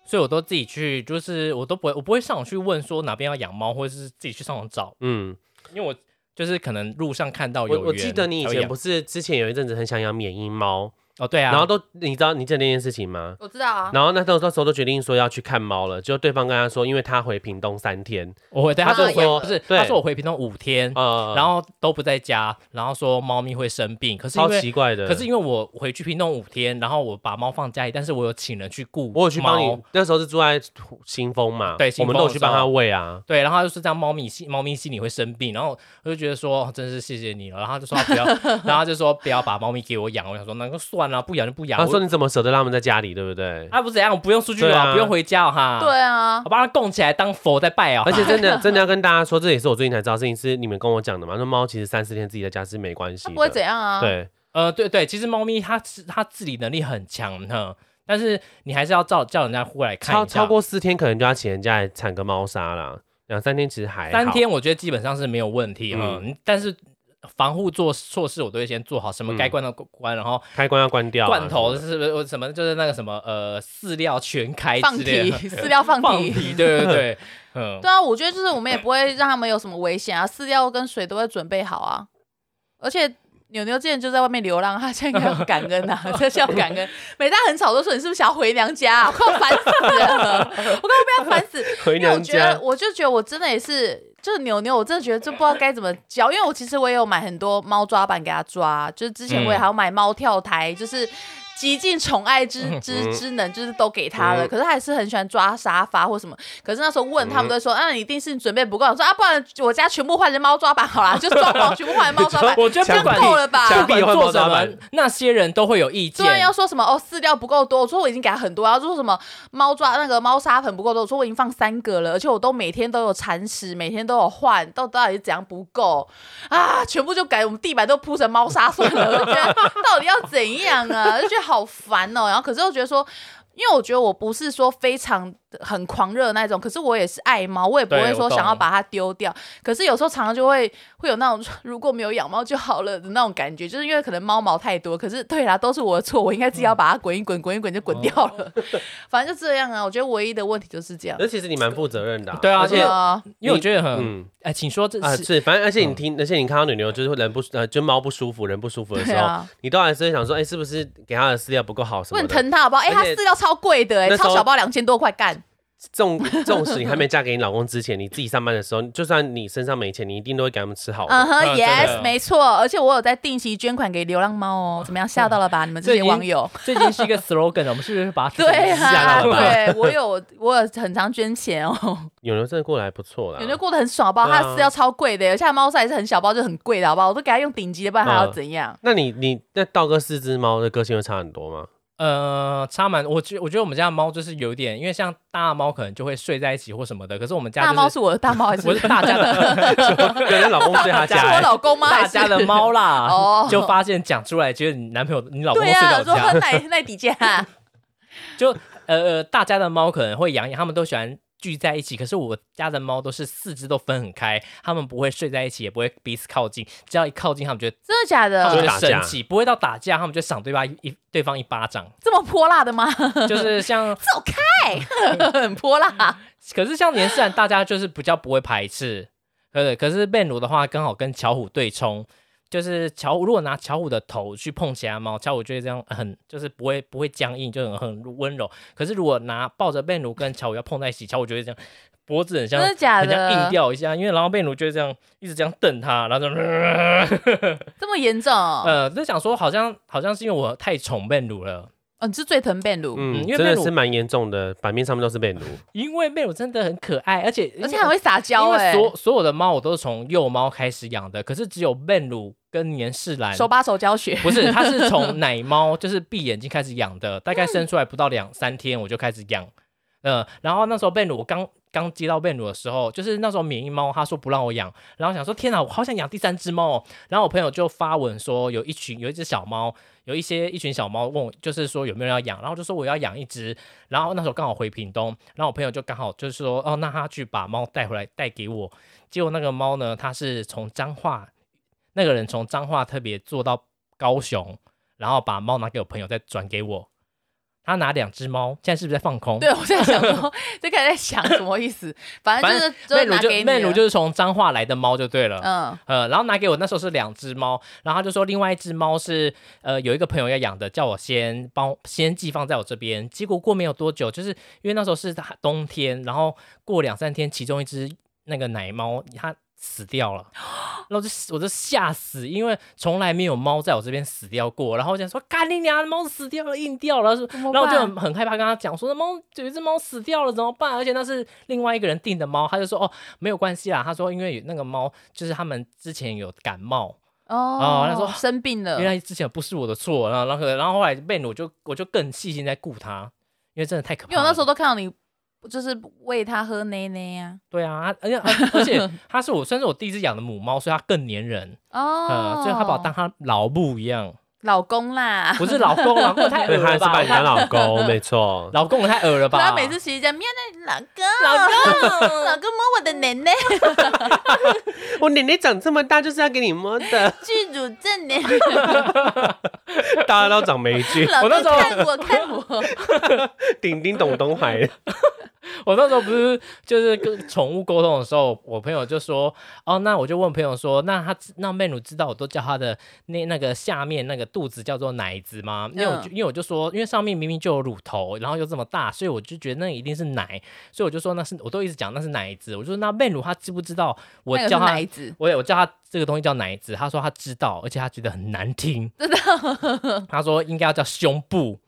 所以我都自己去，就是我都不会，我不会上网去问说哪边要养猫，或者是自己去上网找，嗯，因为我就是可能路上看哦到有我缘我记得你以才会前养不是之前有一阵子很想养缅因猫，哦，对啊，然后都你知道你记得那件事情吗？我知道啊，然后那时候那时候都决定说要去看猫了，结果对方跟他说，因为他回屏东三天，我回对他他就就说说不是，啊对他说我回屏东五天，呃，嗯然后都不在家，然后说猫咪会生病，可是因超为奇怪的。可是因为我回去屏东五天，然后我把猫放家里，但是我有请人去顾，我有去帮你，，那时候是住在新丰嘛，对我新们丰都有去帮他喂啊。对，然后他就是这样，猫咪心猫咪心里会生病，然后我就觉得说，哦真是谢谢你了，然后他就说他 不要，然后他就说不要把猫咪给我养，我想说那就算了，不养就不养。他说啊我你怎么舍得让他们在家里，对不对？啊不怎样，我不用出去对了，啊不用回家哦哈，，对啊我，把它供起来当佛在拜哦。 而且 真的真的要跟大家说，这也是我最近才知道的事情，是你们跟我讲的嘛。那猫其实三四天自己在家是没关系它的，不会怎样啊，对，呃对对，其实猫咪它自它自理能力很强呢，但是你还是要叫叫人家过来看超一下超过四天可能就要请人家来铲个猫砂啦，两三天其实还好三。天，我觉得基本上是没有问题哈、嗯但是。防护措措施我都会先做好，什嗯么该关的关，然后开关要关掉啊，罐头什么是不是什么就是那个什么呃饲料全开放之类 题的，饲料 放放题。屁，对对对，嗯，对啊，我觉得就是我们也不会让他们有什么危险啊，饲料跟水都会准备好啊。而且牛牛之前就在外面流浪，他现在应该要感恩 呐、啊，这是要感恩。每当很吵都说你是不是想要回娘家、啊，我快要烦死了，我快要被他烦死。的回因为我娘觉得，家。我就觉得我真的也是，就是牛牛，我真的觉得就不知道该怎么教，因为我其实我也有买很多猫抓板给它抓，就是之前我也嗯还要买猫跳台，就是。极尽宠爱之嗯之之能，就是都给它了。嗯可是它还是很喜欢抓沙发或什么。可是那时候嗯问他们都会说：“啊，你一定是你准备不够。”我说：“啊，不然我家全部换成猫抓板好啦，就装潢全部换 成猫抓板。”我觉得不管够了吧不墙管壁换做猫什砂么板，，那些人都会有意见啊对。啊，要说什么哦，饲料不够多，我说我已经给他很多，然后就说什么猫抓那个猫砂盆不够多，我说我已经放三个了，而且我都每天都有铲屎，每天都有换，到到底是怎样不够啊？全部就改，我们地板都铺成猫砂算了，我就觉得哎到底要怎样啊？就觉得好烦哦。然后可是又觉得说。因为我觉得我不是说非常很狂热的那种，可是我也是爱猫，我也不对会我说想要懂把它丢掉。可是有时候常常就会会有那种 如果没有养猫就好了的那种感觉，就是因为可能猫毛太多。可是对啦，都是我的错，我应该自己要把它滚一滚，滚一滚就滚掉了。 反正就这样啊，我觉得唯一的问题就是这样。而其实你蛮负责任的 啊，对啊哎而对且啊，因为我觉得很，嗯哎，请说这啊是是，反正而嗯且你听，而且你看到牛牛就是人不呃就猫不舒服，人不舒服的时对候，啊，你都还是会想说，哎，是不是给它的饲料不够好我什么很的？疼它好不好？哎、它而且饲料超贵的、哎，那时候超小包两千多块干。纵纵使你还没嫁给你老公之前，你自己上班的时候，就算你身上没钱，你一定都会给他们吃好嗯的。啊哼嗯真的，yes，没错。而且我有在定期捐款给流浪猫哦，怎么样？吓到了吧？你们这这已些经网友？这已经是一个 slogan 了，我们是不是把它对啊，吓到了吧对我有我有很常捐钱哦。有牛真的过来不错啦，感觉过得很爽，好不好？对啊它的饲料超贵的，而且它的猫砂也是很小包，就很贵的，好不好？我都给它用顶级的，不然它要怎样？那你你那道哥四只猫的个性会差很 多吗？呃，差蛮，我觉我觉得我们家的猫就是有点，因为像大猫可能就会睡在一起或什么的，可是我们家大猫就是我的大猫还 是我是大家 的可能老公睡他是我家、欸，老公吗？大家的猫 啦，哦就发现讲出来，觉得你男朋友你老还是对公睡在呀，我说家，喝奶奶底价，就呃呃，大家的猫可能会养养，他们都喜欢聚在一起，可是我家的猫都是四肢都分很开，它们不会睡在一起，也不会彼此靠近，只要一靠近，它们就会真的假它就们会的？打会架生气，不会到打架，它们就赏对方一一对方一巴掌，这么泼辣的吗？就是像，走 开，很泼辣。可是像年世兰大家就是比较不会排斥，呃，可是贝鲁的话刚好跟巧虎对冲。就是巧虎，如果拿巧虎的头去碰其他猫，巧虎就会这样很，就是不会不会僵硬，就很很温柔。可是如果拿抱着贝鲁跟巧虎要碰在一起，巧虎就会这样，脖子很像真的假很像硬的？掉一下，因为然后贝鲁就会这样一直这样瞪他，然后就、这么严重？哦， 呃，就想说好像好像是因为我太宠贝鲁了，哦你是最疼贝鲁，嗯，因为真的被是掳蛮严重的，版面上面都是被奴。因为贝鲁真的很可爱，而且而且还会撒娇因为哎，所所有的猫我都是从幼猫开始养的，可是只有贝鲁跟年世兰手把手教学。不是，它是从奶猫，就是闭眼睛开始养的，大概生出来不到两三天我就开始养。呃，然后那时候贝鲁，我刚刚接到贝鲁的时候，就是那时候免疫猫，他说不让我养，然后想说天哪，我好想养第三只猫、哦。然后我朋友就发文说，有一群有一只小猫，有一些一群小猫问我，就是说有没有人要养，然后就说我要养一只。然后那时候刚好回屏东，然后我朋友就刚好就是说，哦，那他去把猫带回来带给我。结果那个猫呢，它是从彰化，那个人从彰化特别做到高雄，然后把猫拿给我朋友，再转给我。他拿两只猫，现在是不是在放空？对，我在想说， 就开始在想什么意思，反正就是是媚乳拿就给你媚乳了就是从彰化来的猫就对了。嗯，呃，然后拿给我那时候是两只猫，然后他就说另外一只猫是呃有一个朋友要养的，叫我先帮先寄放在我这边。结果过没有多久，就是因为那时候是它冬天，然后过两三天，其中一只那个奶猫它死掉了，然后就我就吓死，因为从来没有猫在我这边死掉过。然后我想说，干你娘，猫死掉了，硬掉了，怎么然后我就办很？很害怕跟他讲说，那猫有一只猫死掉了怎么办？而且那是另外一个人订的猫，他就说哦没有关系啦，他说因为那个猫就是他们之前有感冒，哦，他说生病了原，来之前不是我的错，然后然后然后后来被我就我就更细心在顾它，因为真的太可怕因为了。我那时候都看到你就是喂它喝奶奶呀。对啊， 而且而且它是我算是我第一只养的母猫，所以它更粘人，哦，呃，所以它把我当它老母一样，老公啦，不是老公，啊老公太恶 对，他了是把吧你？当老 公，没错。老公我太恶了吧？他每次洗衣机，喵那老公，老公，老公摸我的奶奶，我奶奶长这么大就是要给你摸的， 剧主正奶，大家都长霉菌，老 我那公时候看我看我，叮叮咚咚还我那时候不是就是跟宠物沟通的时候，我朋友就说，哦，那我就问朋友说，那他知那妹乳知道我都叫他的那那个下面那个肚子叫做奶子吗？因为嗯我就、因为我就说，因为上面明明就有乳头，然后又这么大，所以我就觉得那一定是奶，所以我就说那是我都一直讲那是奶子，我就说那妹乳她知不知道 我那个是叫她奶子，我也我叫他这个东西叫奶子，他说他知道，而且他觉得很难听，知 道。他说应该要叫胸部，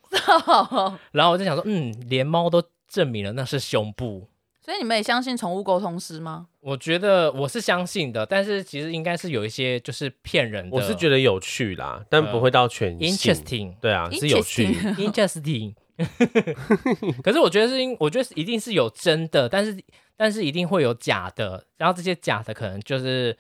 然后我就想说，嗯，连猫都证明了那是胸部。所以你们也相信宠物沟通师吗？我觉得我是相信的，但是其实应该是有一些就是骗人的。我是觉得有趣啦，但不会到全信。 interesting，interesting 对啊，是有 趣。 interesting。可是我觉得是因，我觉得是一定是有真的，但是但是一定会有假的，然后这些假的可能就是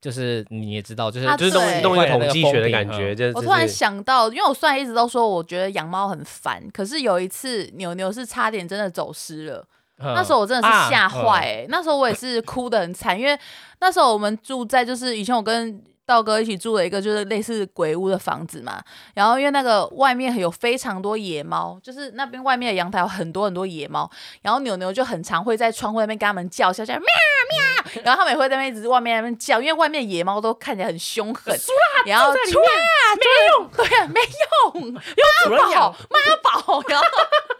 就是你也知道，就是、啊就是对动一动一个统计学的感嗯 觉，这我突然只是想到，因为我虽然一直都说我觉得养猫很烦，可是有一次牛牛是差点真的走失了，嗯那时候我真的是吓坏、欸，那时候我也是哭得很惨，因为那时候我们住在就是以前我跟道哥一起住的一个就是类似鬼屋的房子嘛，然后因为那个外面有非常多野猫，就是那边外面的阳台有很多很多野猫，然后牛牛就很常会在窗户那边跟他们叫，叫叫喵喵，然后他们也会在那边一直外面那边叫，因为外面的野猫都看起来很凶狠，然后住在里出来没用，对啊，没用，主妈宝，妈宝，然后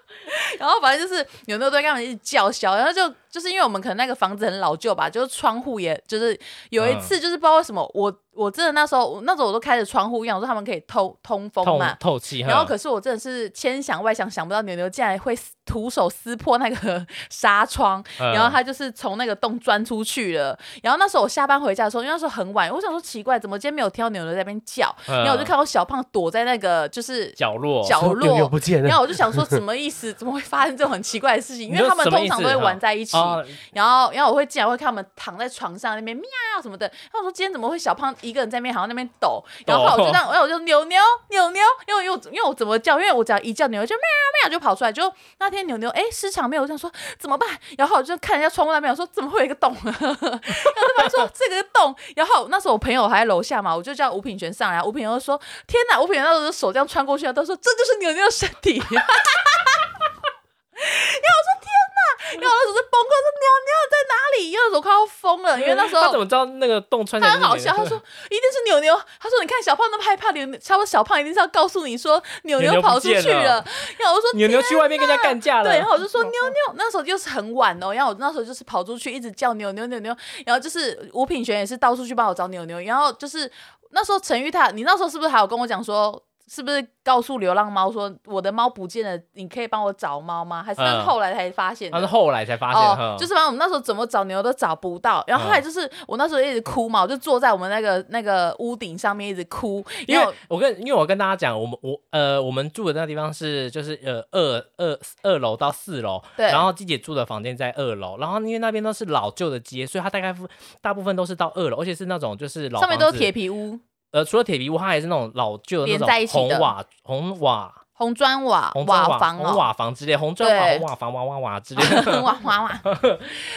然后反正就是有那对他们一直叫嚣，然后就就是因为我们可能那个房子很老旧吧，就是窗户也就是有一次就是不知道为什么我我真的那时候那时候我都开着窗户，我想说他们可以透通风透嘛。透气哈。然后可是我真的是千想万想，想不到牛牛竟然会徒手撕破那个 纱窗，嗯然后他就是从那个洞钻出去了。然后那时候我下班回家的时候，因为那时候很晚，我想说奇怪，怎么今天没有听到牛牛在那边叫？嗯然后我就看到小胖躲在那个就是角落角哦落，又不见然了，后我就想说，什么意思？怎么会发生这种很奇怪的事情？因你为说他们什么通意常思都会哈玩在一起，哦然后然后我会进来会看他们躺在床上那边喵什么的。然后我说今天怎么会小胖一一个人在那边好像那边抖，然后后来我就哦让，然后我就扭扭扭扭，因为因为我因为我怎么叫，因为我只要一叫扭扭就喵喵就跑出来，就那天扭扭哎失常没有，我想说怎么办，然后我就看人家窗户那边，我说怎么会有一个洞？然后对方说这个洞，然后那时候我朋友还在楼下嘛，我就叫吴品璇上来，吴品璇就说天哪，吴品璇那时候手这样穿过去，他说这就是扭扭的身体。因为我那时候在崩溃，说妞妞在哪里？因为那时候快要疯了，因为那时他怎候么知道那个洞穿起他来？很好笑，他说一定是牛牛。他说你看小胖那么害怕，牛他说小胖一定是要告诉你说牛牛牛跑不出见去了了。然后我就说牛牛去外面跟人家干架了。嗯对，然后我就说妞妞，那时候就是很晚哦，然后我那时候就是跑出去一直叫妞妞妞妞，然后就是吴品璇也是到处去帮我找妞妞，然后就是那时候陈玉他，你那时候是不是还有跟我讲说？是不是告诉流浪猫说我的猫不见了，你可以帮我找猫吗？还是那是嗯后来才发现的？他是后来才发现，嗯哦哈，就是反正我们那时候怎么找牛都找不到，然后后来就是、我那时候一直哭嘛，我就坐在我们那个那个屋顶上面一直哭，因然后为我跟因为我跟大家讲，我们我呃我们住的那个地方是就是呃二二二楼到四楼，对然后季姐住的房间在二楼，然后因为那边都是老旧的街，所以它大概附大部分都是到二楼，而且是那种就是老上面都房是子铁皮屋、呃除了铁皮屋，它也是那种老旧的连那在一种起的红瓦红瓦红砖瓦红砖瓦房红哦，瓦房之类，红砖瓦对红瓦房瓦瓦瓦之类的， 瓦瓦瓦，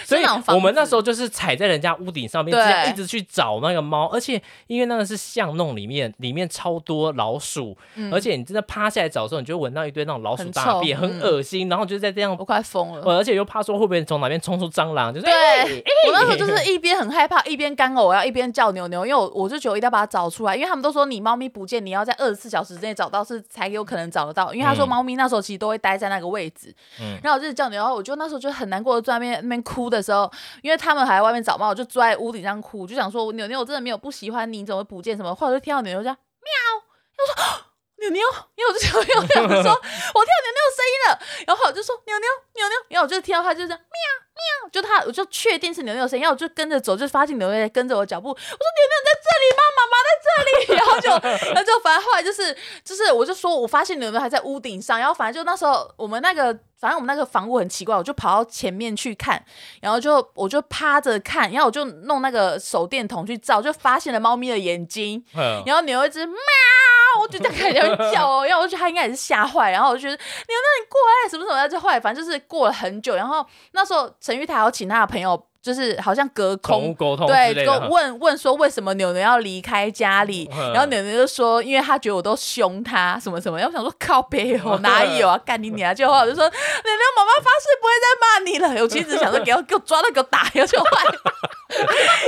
所以那种房我们子那时候就是踩在人家屋顶上面，对这样一直去找那个猫，而且因为那个是巷弄里面，里面超多老鼠，嗯而且你真的趴下来找的时候，你就闻到一堆那种老鼠很大臭便，很嗯恶心，然后就在这样我，快疯 了。呃而且又怕说会不会从哪边冲出蟑螂，就是对，哎我那时候就是一边很害怕，一边干呕，我要一边叫牛牛，因为我我就觉得我一定要把它找出来，因为他们都说你猫咪不见，你要在二十四小时之内找到是才有可能找得到，因为他说嗯猫咪那时候其实都会待在那个位置，嗯然后我就叫牛，然后我就那时候就很难过的坐在那边那边哭的时候，因为他们还在外面找猫，我就坐在屋顶上哭，我就想说牛牛我真的没有不喜欢你，你怎么会不见什么？后来我就听到牛牛这样喵，然后我说。啊牛牛， 因为我就想，因为我就想说，我听到牛牛的声音了，然后我就说牛牛牛牛，然后我就听到它就这样。就他，我就确定是牛牛的声音，然后我就跟着走，就发现牛牛在跟着我脚步。我说牛牛你在这里吗？妈妈在这里。然后就，然后就反正后来 就是就是，我就说我发现牛牛还在屋顶上，然后反正就那时候我们那个。反正我们那个房屋很奇怪，我就跑到前面去看，然后就我就趴着看，然后我就弄那个手电筒去照，就发现了猫咪的眼睛，嗯然后牛一直喵，我就这样开始在那边叫哦，然后我觉得它应该也是吓坏，然后我就觉得牛，那你过来什么什么的，就后来反正就是过了很久，然后那时候陈玉台还有请他的朋友，就是好像隔宠物空。沟通之类对，的跟，问问说为什么牛牛要离开家里，嗯然后牛牛就说，因为他觉得我都凶他什么什么，然后我想说靠背 哦，哪有啊，干你娘！就后来我就说，牛牛妈妈发誓不会再骂你了。我其实只想说给我给我抓到给我打，然后就后来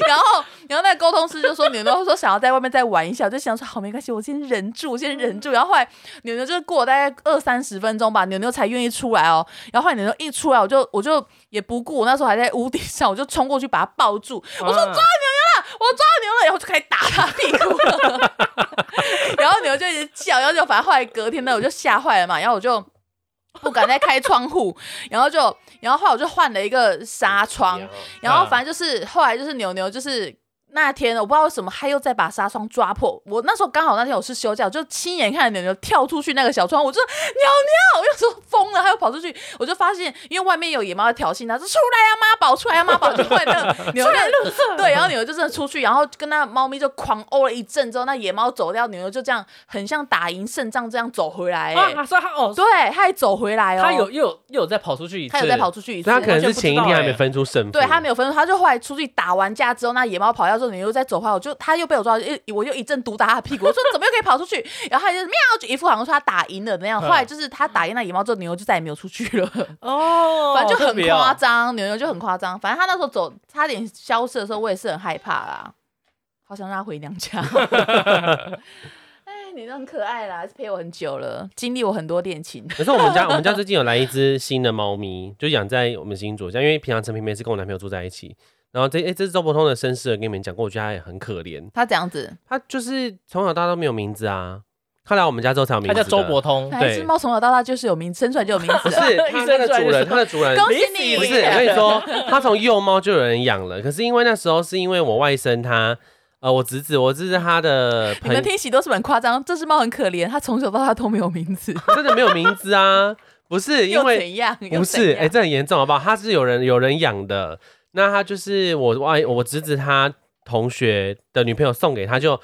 然后，然后那个沟通师就说牛牛说想要在外面再玩一下，我就想说好没关系，我先忍住，我先忍住。嗯然后后来牛牛就是过了大概二三十分钟吧，牛牛才愿意出来哦。然后后来牛牛一出来，我就我就也不顾我那时候还在屋顶上，我就冲过去把他抱住，我说抓牛牛啊了，我抓牛了，然后就开始打他屁股了。然后牛就一直叫，然后就反正后来隔天呢，我就吓坏了嘛，然后我就。 不敢再开窗户，然后就，然后后来我就换了一个纱窗，哎然后反正就是后来就是牛牛就是。那天我不知道为什么他又再把纱窗抓破，我那时候刚好那天我是休假，我就亲眼看着牛牛跳出去那个小窗，我就牛牛，我又说疯了，他又跑出去，我就发现因为外面有野猫在挑衅啊他，说出来呀、妈宝，出来呀、啊妈宝，就快乐牛牛 对，然后牛牛就真的出去，然后跟那猫咪就狂殴了一阵之后，那野猫走掉，牛牛就这样很像打赢胜仗这样走回来、欸，啊，所以他哦，对，他还走回来哦，他有又有又有再跑出去一次，他有再跑出去一次，所以他可完能全是不前一知道天还欸没分出胜负，对他没有分数，他就后来出去打完架之后，那野猫跑掉之后，你又再走回来，我就他又被我抓，又我又一阵毒打他屁股，我说怎么又可以跑出去？然后他就喵，就一副好像说他打赢了那样。嗯后来就是他打赢那野猫之后，牛牛就再也没有出去了，哦，反正就好特很别哦夸张，牛牛就很夸张。反正他那时候走差点消失的时候，我也是很害怕啦，好想让他回娘 家。哎，你都很可爱啦，陪我很久了，经历我很多恋情。可是我们家 我们家最近有来一只新的猫咪，就养在我们新竹家，因为平常陈平平是跟我男朋友住在一起。然后这哎，这只周伯通的身世，我跟你们讲过，我觉得它也很可怜。他这样子，它就是从小到大都没有名字啊，它来我们家之后才有名他字叫的。周伯通，，哪哎一只猫从小到大就是有名，生出来就有名字 不是了。它那个主人，它的主人恭喜你！啊不是，我跟你说，它从幼猫就有人养了。可是因为那时候是因为我外甥他，呃，我侄子，我侄子他的你朋友们听喜都是很夸张，这只猫很可怜，它从小到大都没有名字，真的没有名字啊，不是 因又为怎 样？又不怎是，样哎、哎这很严重好不好？他是有人有人养的，那他就是我外我侄子他同学的女朋友送给他，就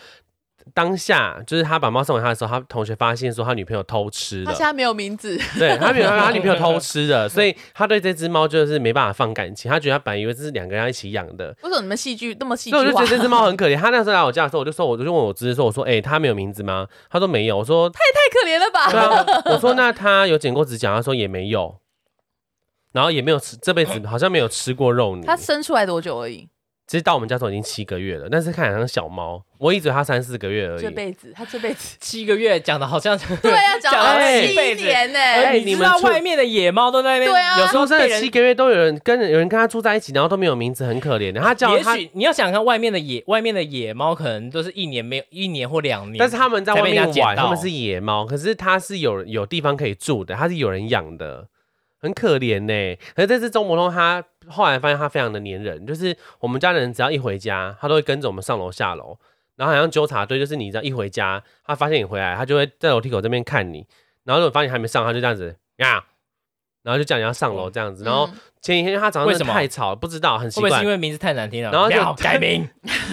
当下就是他把猫送给他的时候，他同学发现说他女朋友偷吃他了现，在没有名字，对他女朋友他女朋友偷吃的，所以他对这只猫就是没办法放感情，他觉得他本来以为这是两个人要一起养的，为什么你们戏剧那么戏剧所以我就觉化得？这只猫很可怜。他那时候来我家的时候，我就说，我就问我侄子说，我说，哎、它没有名字吗？他说没有。我说，太可怜了吧！ 对啊，我说那它有剪过指甲？他说也没有，然后也没有吃，这辈子好像没有吃过肉泥。它生出来多久而已？其实到我们家的时候已经七个月了，但是看起来像小猫，我一直以为它三四个月而这已。辈子，它这辈子七个月讲的 好像对啊，讲讲了了七七辈子年呢、哎你知道你们出外面的野猫都在那边，对啊有时候说真被的，人七个月都有人跟有人跟它住在一起，然后都没有名字，很可怜。它叫啊也它，许你要想想看，外面的野外面的野猫，可能都是一年没有一年或两年，但是他们在才外被人家面捡玩，他到们是野猫，可是它是有有地方可以住的，它是有人养的，很可怜呢、可是这次中国通它后来发现它非常的粘人，就是我们家人只要一回家，它都会跟着我们上楼下楼，然后好像纠察队，就是你只要一回家，它发现你回来，它就会在楼梯口这边看你，然后如果发现你还没上，它就这样子呀。然后就叫你要上楼这样子，然后嗯前几天它早上为真的什么太吵了，不知道很会奇不会是怪因。为名字太难听了？然后就不要改 名，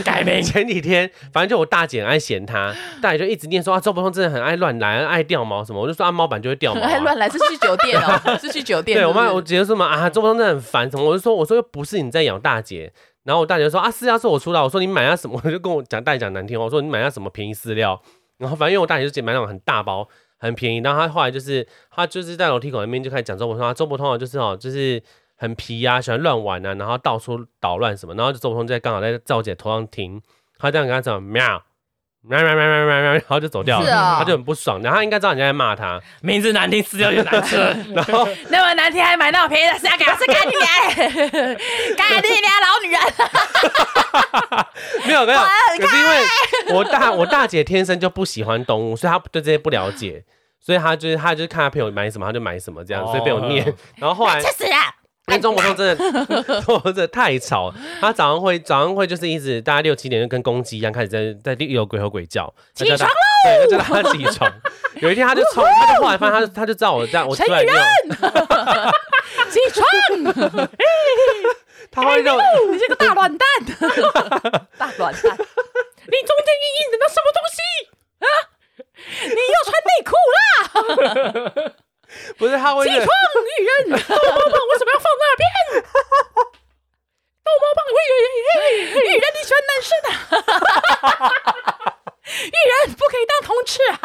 改名。前几天，反正就我大姐很爱嫌他，大姐就一直念说啊，周伯通真的很爱乱来，很爱掉毛什么。我就说啊，猫版就会掉毛、很啊，爱哎乱来，是去酒店哦、是去酒店。对我妈，是不我是姐就说嘛啊，周伯通真的很烦什么。我就说我说又不是你在养大姐，然后我大姐就说啊，饲料是我出的啊，我说你买下什么，我 就跟我讲大姐讲难听话，我说你买下什么便宜饲料，然后反正因为我大姐就买那种很大包。很便宜，然后她后来就是她就是在楼梯口那边就开始讲周伯通啊，周伯通啊就是哦，就是很皮啊，喜欢乱玩啊，然后到处捣乱什么，然后周伯通就在刚好在在我姐头上停，他这样跟她讲喵喵喵喵喵喵喵，然后就走掉了，是啊他就很不爽，然后他应该知道人家在骂他，名字难听，撕掉就难 吃。然后那么难听还买那么便宜的，是要给他吃干爹，干爹俩老女人，没有没有，啊可是因为我大我大姐天生就不喜欢动物，所以她对这些不了解，所以她就是她就是看她朋友买什么，她就买什么这样，所以被我念哦。然后后 来去死啊！跟中国通真的， 中国真的太吵，她早上会早上会就是一直大概六七点就跟公鸡一样开始在在地有鬼吼鬼叫，起要叫她对，要叫她起床。 有一天她就冲，她就后来发现她她就知道我这样，我出来尿，起床！她会肉。你这个大卵蛋，大卵蛋！你中间硬硬的那什么东西？啊你又穿内裤了，不是他会起床，玉人你喜欢男生的，玉人不可以当同志啊！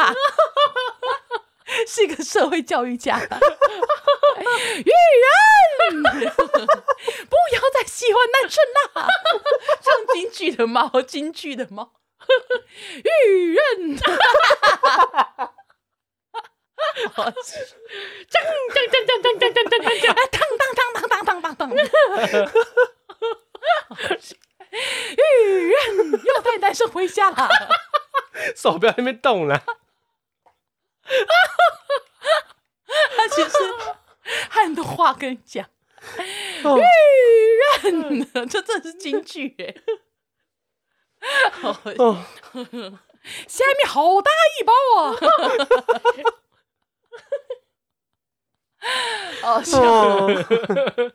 是个社会教育家，玉人不要再喜欢男生啦！唱京剧的猫，京剧的猫，玉人，好噔噔噔噔噔噔噔噔。当当当当当当当！玉人又带男生回家了，手不要在那边动 了。他其实还有很多话跟你讲。哦玉人，这真的是京剧哎！哦下面好大一包啊！哦，是哦，对，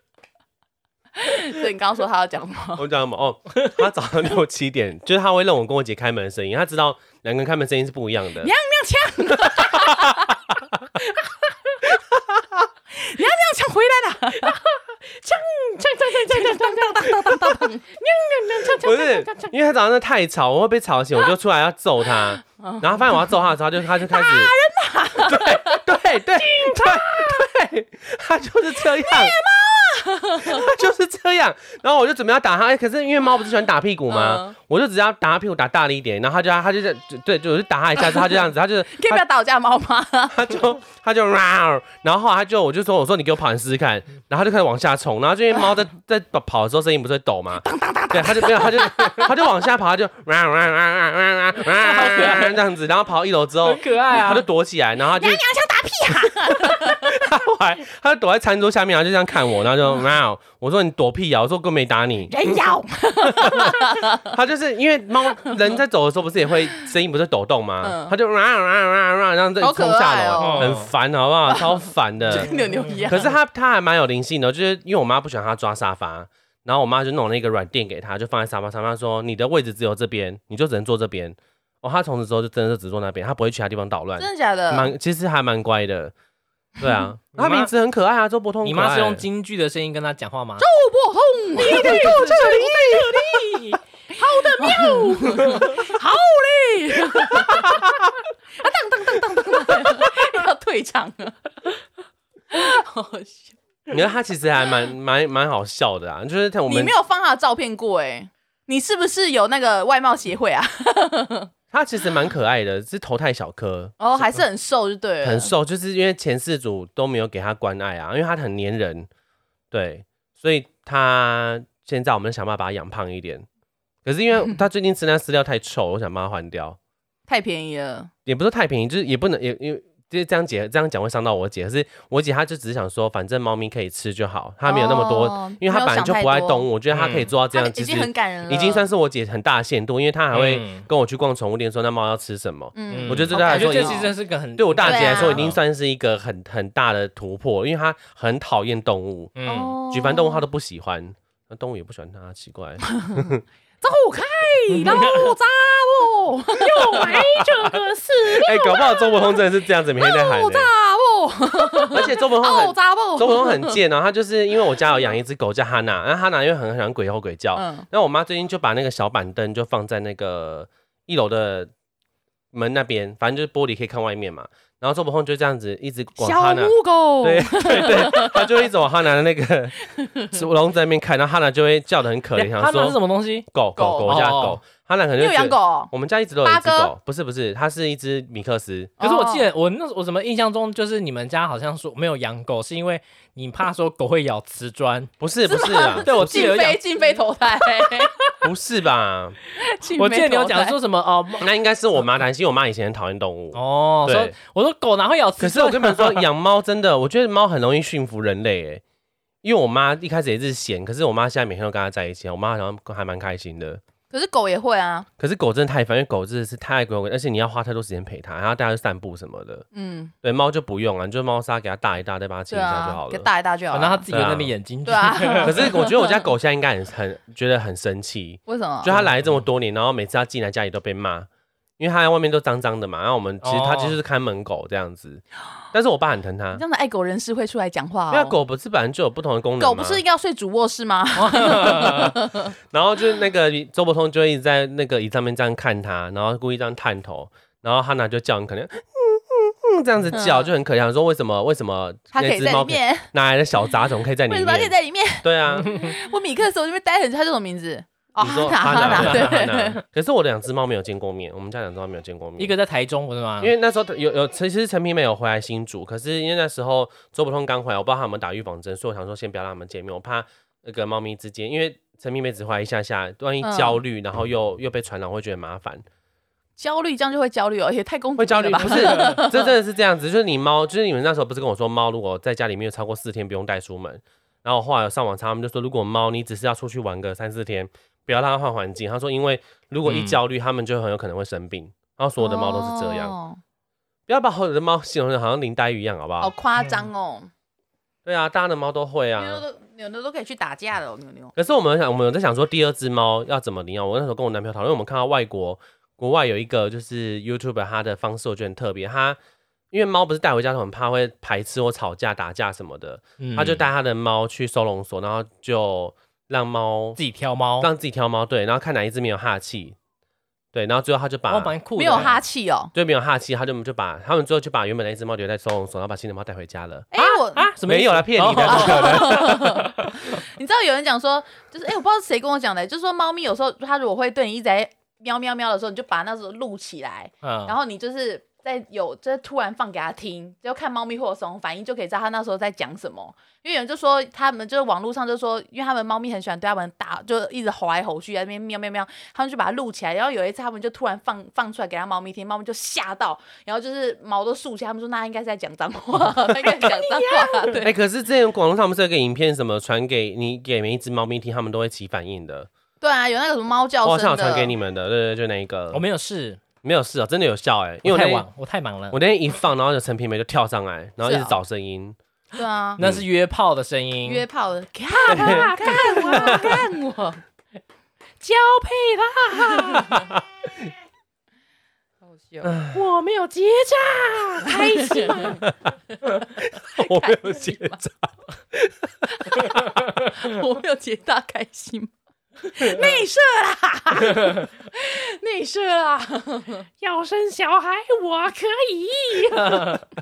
你刚刚说他要讲什么？我讲什么？哦，他早上六七点，就是他会让我跟我姐开门的声音，他知道两个人开门声音是不一样的。娘 娘腔，娘娘腔回来了，锵锵锵锵锵当当当当当当当。不是，因为他早上真的太吵，我会被吵醒，我就出来要揍他。然后发现我要揍他的时候，他就他就开始打人啦！对对对对对，他就是这样。他就是这样，然后我就准备要打他，哎可是因为猫不是喜欢打屁股吗嗯？我我就只要打他屁股打大力一点，然后他就他就就对，就我就打他一下，之后他就这样子，他就可以不要打我家的猫吗？他就他就 喵，然后后来他就我就说我说你给我跑，你试试看，然后他就开始往下冲，然后这些猫在 在跑的时候声音不是会抖吗？对，他就没有，他就 他就往下跑，他就 喵喵喵喵喵喵这样子，然后跑到一楼之后很，可爱啊！他就躲起来，然后他就娘腔打屁啊！ 他后来他就躲在餐桌下面，然后就这样看我，然后就喵，我说你躲屁啊呀、我说我根本没打你，人妖， 他就是因为猫人在走的时候不是也会声音不是抖动吗嗯？他就喵喵喵喵，然后这好可冲下爱楼，哦很烦好 不好？超烦的。跟牛牛一样。可是他他还蛮有灵性的，就是因为我妈不喜欢他抓沙发，然后我妈就弄了一个软垫给他，就放在沙发上。她说：“你的位置只有这边，你就只能坐这边。”哦，他从此之后就真的是只坐那边，他不会去其他地方捣乱真，的假的？蛮其实还蛮乖的。对啊，你他妈名字很可爱啊，周伯通很你可爱。妈是用 京剧的声音跟他讲话吗？不痛，你对对对，好嘞！啊，当当当当 当当，要退场了， 好好笑。你看他其实还蛮蛮蛮好笑的啊，就是他我你们没有放他的照片过哎、你是不是有那个外貌协会啊？他其实蛮可爱的，是头太小颗，哦，还是很瘦就对了，啊很瘦，就是因为前四组都没有给他关爱啊，因为他很粘人，对，所以他现在我们想办法把他养胖一点。可是因为他最近吃那饲料太臭，我想把它换掉，太便宜了。也不是太便宜，就是也不能也因为。就是这样姐这样讲会伤到我姐，可是我姐她就只是想说，反正猫咪可以吃就好，她没有那么多，哦因为她本来就不爱动物，我觉得她可以做到这他嗯样，已其经实很感人了，已经算是我姐很大的限度，因为她还会嗯跟我去逛宠物店，说那猫要吃什么。嗯我觉得这对感她来觉说这已其经实真是个很对我大姐来说，对啊已经算是一个很很大的突破，因为她很讨厌动物，哦嗯，举凡动物她都不喜欢，那动物也不喜欢她，奇 怪。哎走 开，老渣哦，又来这个 是哎，搞不好周伯通真的是这样子，每天在喊老呢渣。哦，而且周伯通老很渣哦，周伯通很贱哦，他就是因为我家有养一只狗叫哈娜，然后哈娜因为很喜欢鬼吼鬼叫，嗯那我妈最近就把那个小板凳就放在那个一楼的门那边，反正就是玻璃可以看外面嘛。然后周伯通就这样子一直往小哈娜，母狗，对对对，他就一直往哈娜的那个笼子那边看，然后哈娜就会叫的很可怜，想他们是什说么东西？狗狗狗狗，我家的狗哦，哈娜可能你就有觉养得狗哦？我们家一直都有一只八哥狗，不是不是，它是一只米克斯，可是我记得得我那我怎么印象中就是你们家好像说没有养狗，是因为你怕说狗会咬瓷砖。不是不 是啊，对，我记禁得有养飞，禁飞投 胎，不是吧？禁飞我记得你有投讲胎说什么哦那应该是我妈担心，因为我妈以前很讨厌动物。哦，对说我说狗哪会咬瓷可是我砖？跟你们说，养猫真的，我觉得猫很容易驯服人类诶。因为我妈一开始也是嫌，可是我妈现在每天都跟它在一起，我妈好像还蛮开心的。可是狗也会啊，可是狗真的太烦，因为狗真的是太鬼鬼，而且你要花太多时间陪它，然后带它去散步什么的。嗯，对，猫就不用啊，你就猫砂给它打一打，再把它清对一下就好啊，了给。大一大就好反正哦他了，自己在那边演京剧对。啊， 可是我觉得我家狗现在应该很很觉得很生气，为什么就？它来这么多年，然后每次它进来家里都被骂，因为它在外面都脏脏的嘛。然后我们其实它哦就是看门狗这样子，但是我爸很疼它这，样的爱狗人士会出来讲话因为哦。狗不是本来就有不同的功能狗吗哦不是应该要睡主卧室吗？然后就是那个周伯通就会一直在那个椅子上面这样看他，然后故意这样探头，然后哈娜就叫你可能。嗯嗯嗯，这样子叫嗯就很可怜。想说为什么为什么它可那以只在里猫可以面，哪来的小杂种可以在里为什么它可以面？在里面？ 对啊，我米克斯我这边待很久，它叫什么名字？哦，你说哈哈娜，哈娜娜，哈对，娜。可是我的两只猫没有见过面，我们家两只猫没有见过面。一哦个在台中，不是吗？因为那时候呃有有，其实陈皮没有回来新竹，可是因为那时候周伯通刚回来，我不知道他们打预防针，所以我想说先不要让他们见面，我怕那个猫咪之间，因为陈皮妹只回来一下下，万一嗯焦虑，然后又又被传染，会觉得麻烦。焦虑这样就会焦虑哦，也太公主会焦虑，病了吧不是， 这真的是这样子，就是你猫，就是你们那时候不是跟我说，猫如果在家里面有超过四天不用带出门，然后我后来有上网查，他们就说，如果猫你只是要出去玩个三四天，不要让它换环境。他说，因为如果一嗯焦虑，它们就很有可能会生病。然后所有的猫都是这样，哦不要把所有的猫形容的好像林黛玉一样，好不好？好夸张哦。对啊，大家的猫都会牛牛啊。都牛牛都可以去打架了哦，牛牛。可是我们想，我们有在想说第二只猫要怎么领养。我那时候跟我男朋友讨论，我们看到外国国外有一个就是 YouTuber，他的方式我觉得很特别。他因为猫不是带回家都很怕会排斥或吵架、打架什么的，嗯他就带他的猫去收容所，然后就让猫自己挑猫，让自己挑猫，对，然后看哪一只没有哈气，对，然后最后他就把哦，蛮酷的。没有哈气哦。对没有哈气，他就就把他们最后就把原本那一只猫留在收容所，然后把新的猫带回家了。哎，我啊，什么意思没有啦骗你的哦你知道有人讲说，就是哎、我不知道是谁跟我讲的，就是说猫咪有时候它如果会对你一直在喵喵喵的时候，你就把那时候录起来，然嗯，后你就是在有就是突然放给它听，就看猫咪会有什么反应，就可以知道它那时候在讲什么。因为有人就说他们就是网络上就说，因为他们猫咪很喜欢对他们打，就一直吼来吼去，在那边喵喵喵，他们就把它录起来。然后有一次他们就突然放放出来给它猫咪听，猫咪就吓到，然后就是毛都竖起来，他们说那应该是在讲脏话，它应该讲脏话，对 哎、。可是之前广东他们是有一个影片，什么传给你给每一只猫咪听，他们都会起反应的。对啊，有那个什么猫叫我声好的。像有传给你们的，对对对，就那一个。我没有事，没有事啊，真的有效哎、因我为我太那天忙，我太忙了。我那天一放，然后就陈皮梅就跳上来，然后一直是啊 找声音，对啊，嗯那是约炮的声音。约炮的，干 啊，干我啊，干我，交配啦！好笑，我没有结扎，开心。我没有开结心吗扎， 我没有结大开心吗。内射啦，内射啦，要生小孩，我可以。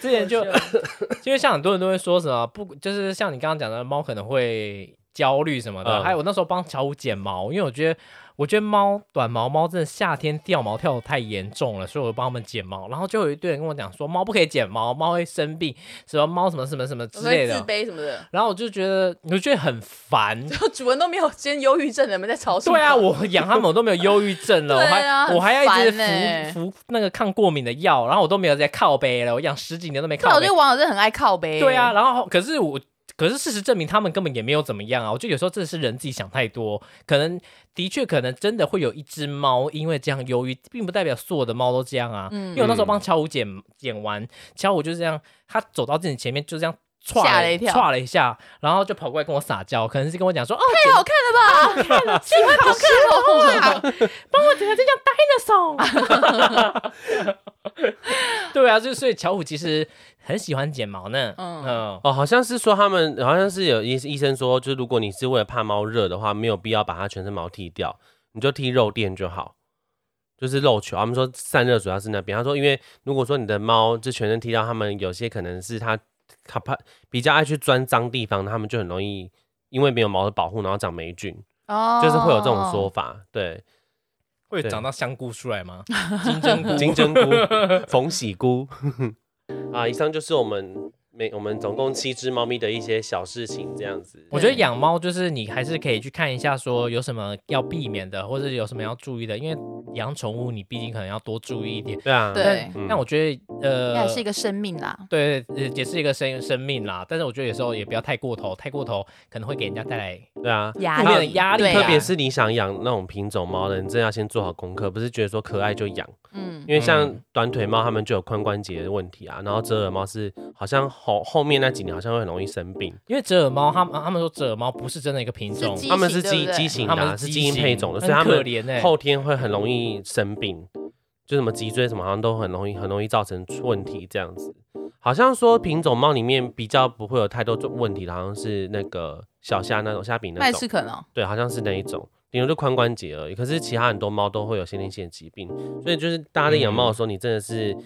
之前就 因为像很多人都会说什么不，就是像你刚刚讲的，猫可能会焦虑什么的。嗯还有我那时候帮乔五剪毛，因为我觉得我觉得猫短毛猫真的夏天掉毛掉的太严重了，所以我就帮它们剪毛。然后就有一堆人跟我讲说，猫不可以剪毛，猫会生病，什么猫什么什么什么之所类以自 的。卑什么的，然后我就觉得，我就觉得 很烦，就主人都没有先忧郁症了，你们在吵什么？对啊，我养它们我都没有忧郁 症了，我对啊还我还要一直很烦欸服服那个抗过敏的药，然后我都没有在靠背了，我养十几年都没这靠啊我背觉得。网友真的很爱靠背。对啊，，然后可是我。可是事实证明，他们根本也没有怎么样啊！我觉得有时候真的是人自己想太多，可能的确可能真的会有一只猫因为这样忧郁，并不代表所有的猫都这样啊。嗯因为我那时候帮乔五剪剪完，乔五就是这样，他走到自己前面就这样唰吓了一跳唰了一下，然后就跑过来跟我撒娇，可能是跟我讲说哦，太好看了吧？喜欢好看哦，帮我剪的这叫 dinosaur。对啊，就所以乔虎其实很喜欢剪毛呢。嗯嗯，哦，好像是说他们好像是有医医生说，就是如果你是为了怕猫热的话，没有必要把它全身毛剃掉，你就剃肉垫就好，就是肉球。他们说散热主要是那边，他说因为如果说你的猫就全身剃掉，他们有些可能是它它怕比较爱去钻脏地方，他们就很容易因为没有毛的保护，然后长霉菌，哦就是会有这种说法。对，会对长到香菇出来吗？金针菇，金针菇、 逢喜菇啊，以上就是我们每我们总共七只猫咪的一些小事情，这样子。我觉得养猫就是你还是可以去看一下，说有什么要避免的，或者有什么要注意的，因为养宠物你毕竟可能要多注意一点。对啊，对嗯但我觉得，应呃，该也是一个生命啦。对，对呃也是一个生生命啦。但是我觉得有时候也不要太过头，太过头可能会给人家带来对啊，压负力面的压力，对啊特别是你想养那种品种猫的，你真的要先做好功课，不是觉得说可爱就养，嗯，因为像嗯短腿猫它们就有髋关节的问题啊，然后折耳猫是好像后后面那几年好像会很容易生病，因为折耳猫，他们他们说折耳猫不是真的一个品种，基它们是对不基对畸形的他啊，们是是基因配种的，所很以它可们怜哎、后天会很容易生病，就什么脊椎什么好像都很容易很容易造成问题这样子。好像说品种猫里面比较不会有太多问题的，好像是那个小虾那种虾饼那麦种斯，肯哦，对，好像是那一种，顶多就髋关节而已。可是其他很多猫都会有先天性的疾病，所以就是大家在养猫的时候，你真的是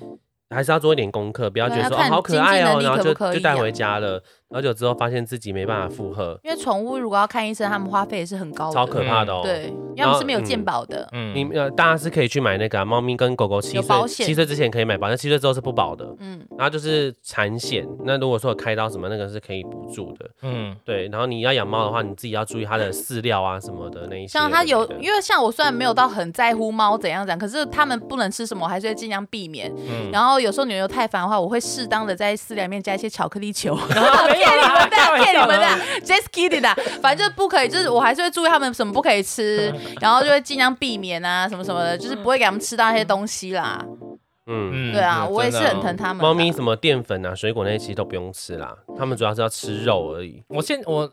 还是要做一点功课，不要嗯觉对得要说、哦、看好可经济爱哦能，力然后可就不可就以带养回家了，然后就之后发现自己没办法负荷，因为宠物如果要看医生，他们花费也是很高的，超可怕的哦。嗯对，因为他们是没有健保的。嗯你呃，大家是可以去买那个啊猫、咪跟狗狗七有保岁，险七岁之前可以买保险，七岁之后是不保的。嗯，然后就是产险，那如果说有开刀什么，那个是可以补助的。嗯，对，然后你要养猫的话，你自己要注意它的饲料啊什么的那一些的。像它有，对因为像我虽然没有嗯到很在乎猫怎样讲，可是它们不能吃什么，我还是会尽量避免。嗯然后有时候牛牛太烦的话，我会适当的在饲料里面加一些巧克力球。 没有你们的开玩笑骗你们的，just kidding 的，反正就是不可以，就是我还是会注意他们什么不可以 吃，然后就会尽量避免啊，什么什么的，就是不会给他们吃到那些东西啦。嗯嗯，对啊，嗯我也是真的很疼他们。猫咪，什么淀粉啊、水果那些其实都不用吃啦，它们主要是要吃肉而已，我现我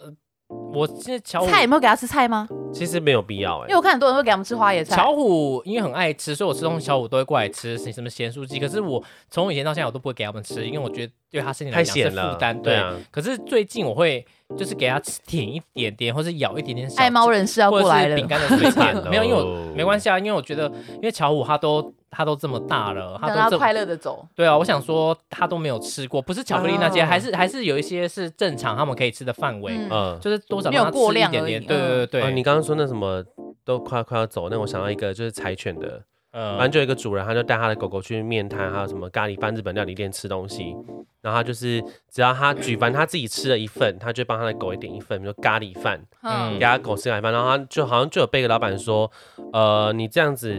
我现在巧虎菜有没有给它吃菜吗？其实没有必要哎、因为我看很多人会给他们吃花椰菜。巧虎，因为很爱吃，所以我吃东西巧虎都会过来吃嗯什么咸酥鸡。可是我从以前到现在我都不会给他们吃，因为我觉得对他身体来太讲是咸了，负担。对啊，可是最近我会就是给它吃舔一点点，或是咬一点点小爱哎猫人士要或过者来是了饼，干的碎惨片 了，没有，因为我没关系啊，因为我觉得，因为巧虎它都它都这么大了，让它它都这快乐的走。对啊，我想说它都没有吃过，不是巧克力那些，哦还是还是有一些是正常他们可以吃的范围，啊嗯嗯。就是多少没有让它过吃一量点而已嗯点。对对对对，啊，你刚刚说那什么都快快要走，那我想到一个就是柴犬的，呃反正就有一个主人，他就带他的狗狗去面摊，还有什么咖喱饭日本料理店吃东西。然后他就是只要他举凡他自己吃了一份，他就帮他的狗也点一份，比如咖喱饭，嗯给他狗吃咖喱饭，然后他就好像就有被一个老板说，呃，你这样子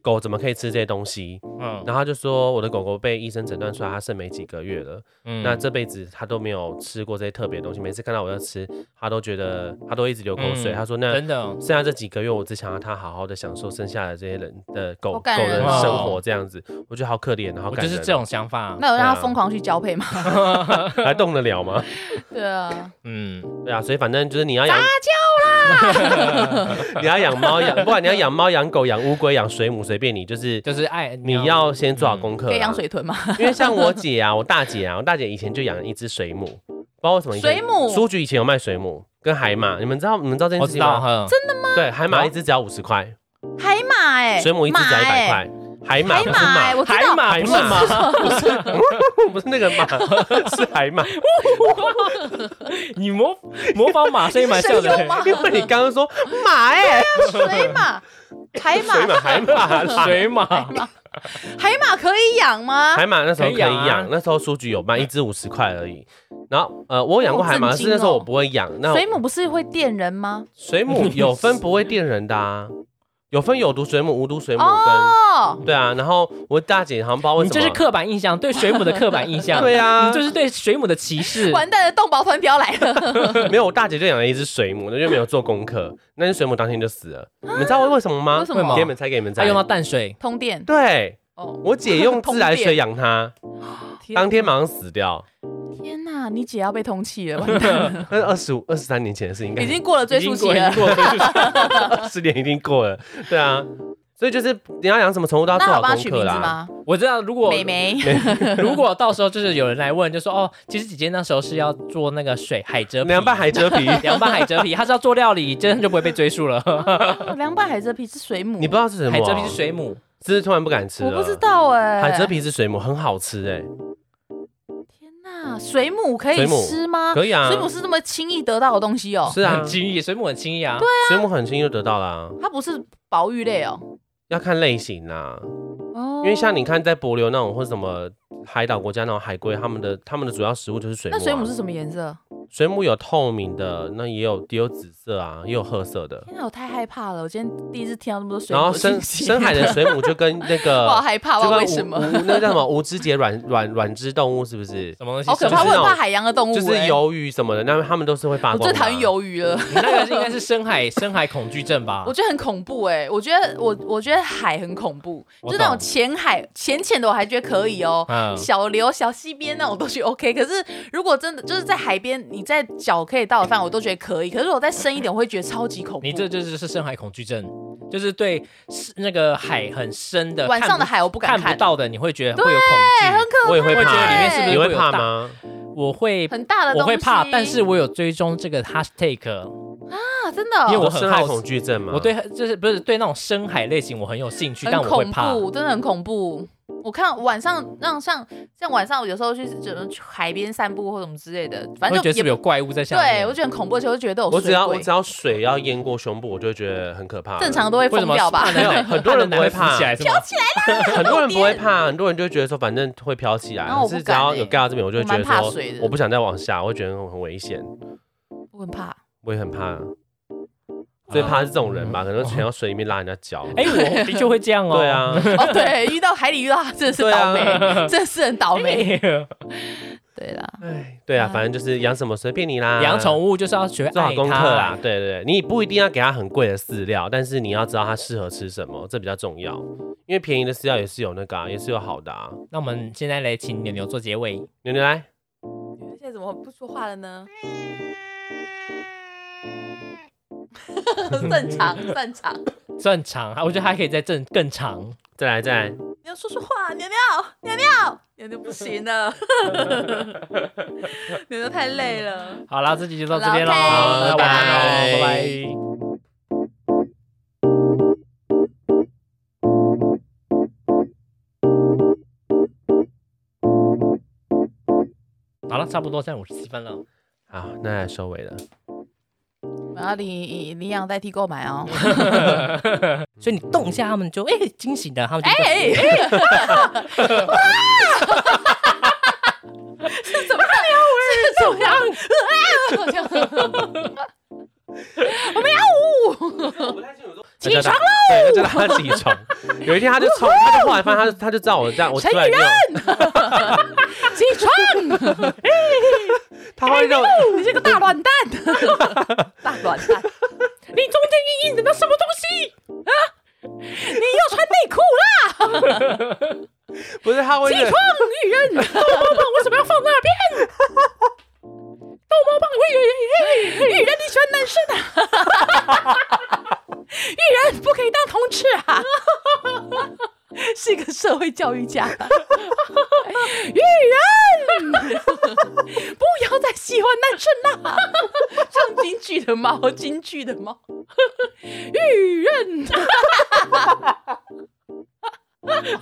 狗怎么可以吃这些东西？嗯然后他就说我的狗狗被医生诊断出来，它剩没几个月了，嗯那这辈子它都没有吃过这些特别的东西，每次看到我要吃，它都觉得它都一直流口水。嗯它说那真的哦，剩下这几个月，我只想要它好好的享受剩下的这些人的狗好狗感的人哦生活，这样子，我觉得好可怜，哦好我感就人。是这种想法。那有让对他啊疯狂去交配吗？还动得了吗？ 对啊，嗯，对啊，所以反正就是你要 养 你要养猫养，不管你要养猫、养狗、养乌龟、养水母，随便你，就是就是爱你要先做好功课嗯可以养啦。水豚吗？ 因为像我姐啊，我大姐啊，我大姐以前就养了一只水母，不知道为什么以前水母书局以前有卖水母跟海马，你们知道你们知道这件我事知情道吗？哈，对，海马一只只要五十块，海马哎，水母一只只要一马欸，百块，海马海不是马哎，马，我知道，马海不马是马，不是 不是那个马，是海马。你模模仿马声音蛮像是声优的。吗因为你刚刚说马啊哎，水 马，海马，水马海啊马啦。水马，海马可以养吗？海马那时候可以可以养啊养，那时候书局有卖，一只五十块而已。然后呃，我有养过海马，好震但是惊哦那时候我不会养。那水母不是会电人吗？水母有分不会电人的啊，有分有毒水母、无毒水母跟哦，对啊。然后我大姐好像不知道 为你什么，这是刻板印象，对水母的刻板印象。对啊你这是 对水母的歧视。完蛋了，动保团标来了， 没有，我大姐就养了一只水母，那就没有做功课，那只水母当天就死了。你们知道为什么吗？为什么给你们猜，给你们它猜用。到淡水，通电对，哦。我姐用自来水 养它，当天嘛，马上死 掉。天哪，你姐要被通气 了，完蛋了那是二十五、二十三年前的事，应该已经啊过了追溯期已了经。过已经过了 二十年已经过了。对啊，所以就是你要养什么宠物都要做那好我帮她功取课名字啦。吗？我知道，如果美 眉，如果到时候就是有人来问，就说哦，其实姐姐那时候是要做那个水海蜇皮，凉拌海蜇皮， 凉拌海蜇皮，她是要做料理，这样就不会被追 溯了。凉拌海蜇皮是水母，你不知道是什么？海蜇皮是，水母，只是突然不敢吃我了。不知道哎。海蜇皮是水母，很好吃哎、天哪，水母可水以母吃吗？可以啊。水母是这么轻易得到的东西哦，是啊很，轻易，水母很轻易啊。水母很轻易就得到啦、它不是保育类哦。要看类型啦。哦因为像你看，在帛琉那种或者什么海岛国家那种海龟，它们的它们的主要食物就是水母、那啊。水母是什么颜色？水母有透明的，那也有也有紫色啊，也有褐色的。天哪，我太害怕了！我今天第一次听到那么多水然母后的深信息，深海的水母就跟那 我好个害怕，我不就知道跟为什么无？无那个叫什么无肢节软软软肢动物是不是？什么东西？好可怕，就我是那很种怕海洋的动物、就是欸鱿鱼什么的，那它们都是会发我光的啊。最讨厌鱿鱼了，你那个是应该是深海深海恐惧症吧我？觉得很恐怖哎、我觉得我我觉得海很恐怖，我就那种懂浅海浅浅的我还觉得可以哦、嗯，小流、小溪边那种东西 OK，可是如果真的就是在海边，你在脚可以到的范围，我都觉得可以。可是我再深一点，我会觉得超级恐怖。你这就是是深海恐惧症，就是对是那个海很深的晚上的看海我不不敢看，看不到的，你会觉得会有对，很恐可怕、欸。我也会怕觉得里面是不是你会会有怕大吗？惧。我会很大的东西？我会怕，但是我有追踪这个 hashtag，啊，真的哦、因为我我很深海好奇恐惧症嘛，我对就是不是对那种深海类型我很有兴趣，但很我会恐怕。怖，真的很恐怖。我看晚上让像像晚上，我有时候去怎么去海边散步或什么之类的，反我正会觉就得是也不是有怪物在下面？对我觉得很恐怖，而且我就觉得有我只要我水鬼只要水要淹过胸部，我就会觉得很可怕了。正常都会为什疯么掉吧？怕男没有人很多人不会怕浮起来是吗？很多人不会怕，很多人就会觉得说，反正会飘起来。然后我可是不只敢要欸有盖到这边，我就会觉得我蛮怕说水，的我不想再往下，我会觉得很危险，我很怕。我也很啊怕。最怕是这种人吧，可能潜到水里面拉人家脚。嗯哎，我的确会这样哦。对，啊，哦，对，遇到海里遇到他真的是对倒啊霉，真的是很倒哎霉。对啦，哎，对啊，反正就是养什么随便你啦。养宠物哎就是要学哎做好爱功课啊它啦，。对对对，你不一定要给它很贵的饲料，但是你要知道它适合吃什么，这比较重要。因为便宜的饲料也是有那个、啊，也是有好的啊。那我们现在来请牛牛做结尾。牛牛来，你们现在怎么不说话了呢？正常，正常。算长，我觉得还可以再正更长。再来再来，你要说说话，牛牛，牛牛，牛牛不行了， 牛牛太累了。好啦，这集就到这边喽，好嗯啦，OK，大家晚安喽，拜拜拜拜。好了，差不多，现在五十七分了。好，那来收尾了。我要领领养代替购买哦。 所以你动一下，他们就哎惊喜哎哎的，他们就哎哎，哎哇！ 起床喽！对，就叫他起 床。有一天他就冲，他就后来发现他他就知道我这样，我出来肉，起床，他会肉，你这个大卵蛋， 大卵蛋，你中间硬硬的那什么东西啊？你又穿内裤啦！不是他会起认床，女人，逗猫棒为什么要放那边？逗猫棒，女人，女人你喜欢男生啊？ 女人不可以当同志啊！ 是一个社会教育家， 女人不要再喜欢男生啦、 唱京剧的猫，京剧的猫， 女人，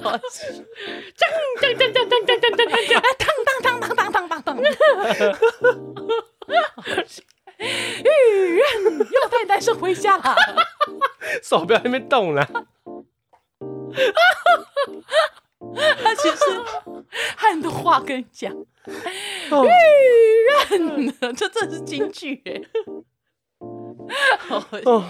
好笑噔噔噔噔噔噔噔噔，当当当当当当当。 玉人又带男生回家了，手不要在那边动了。他其实很多话跟你讲， 哦玉人，这真的是京剧哎。哦，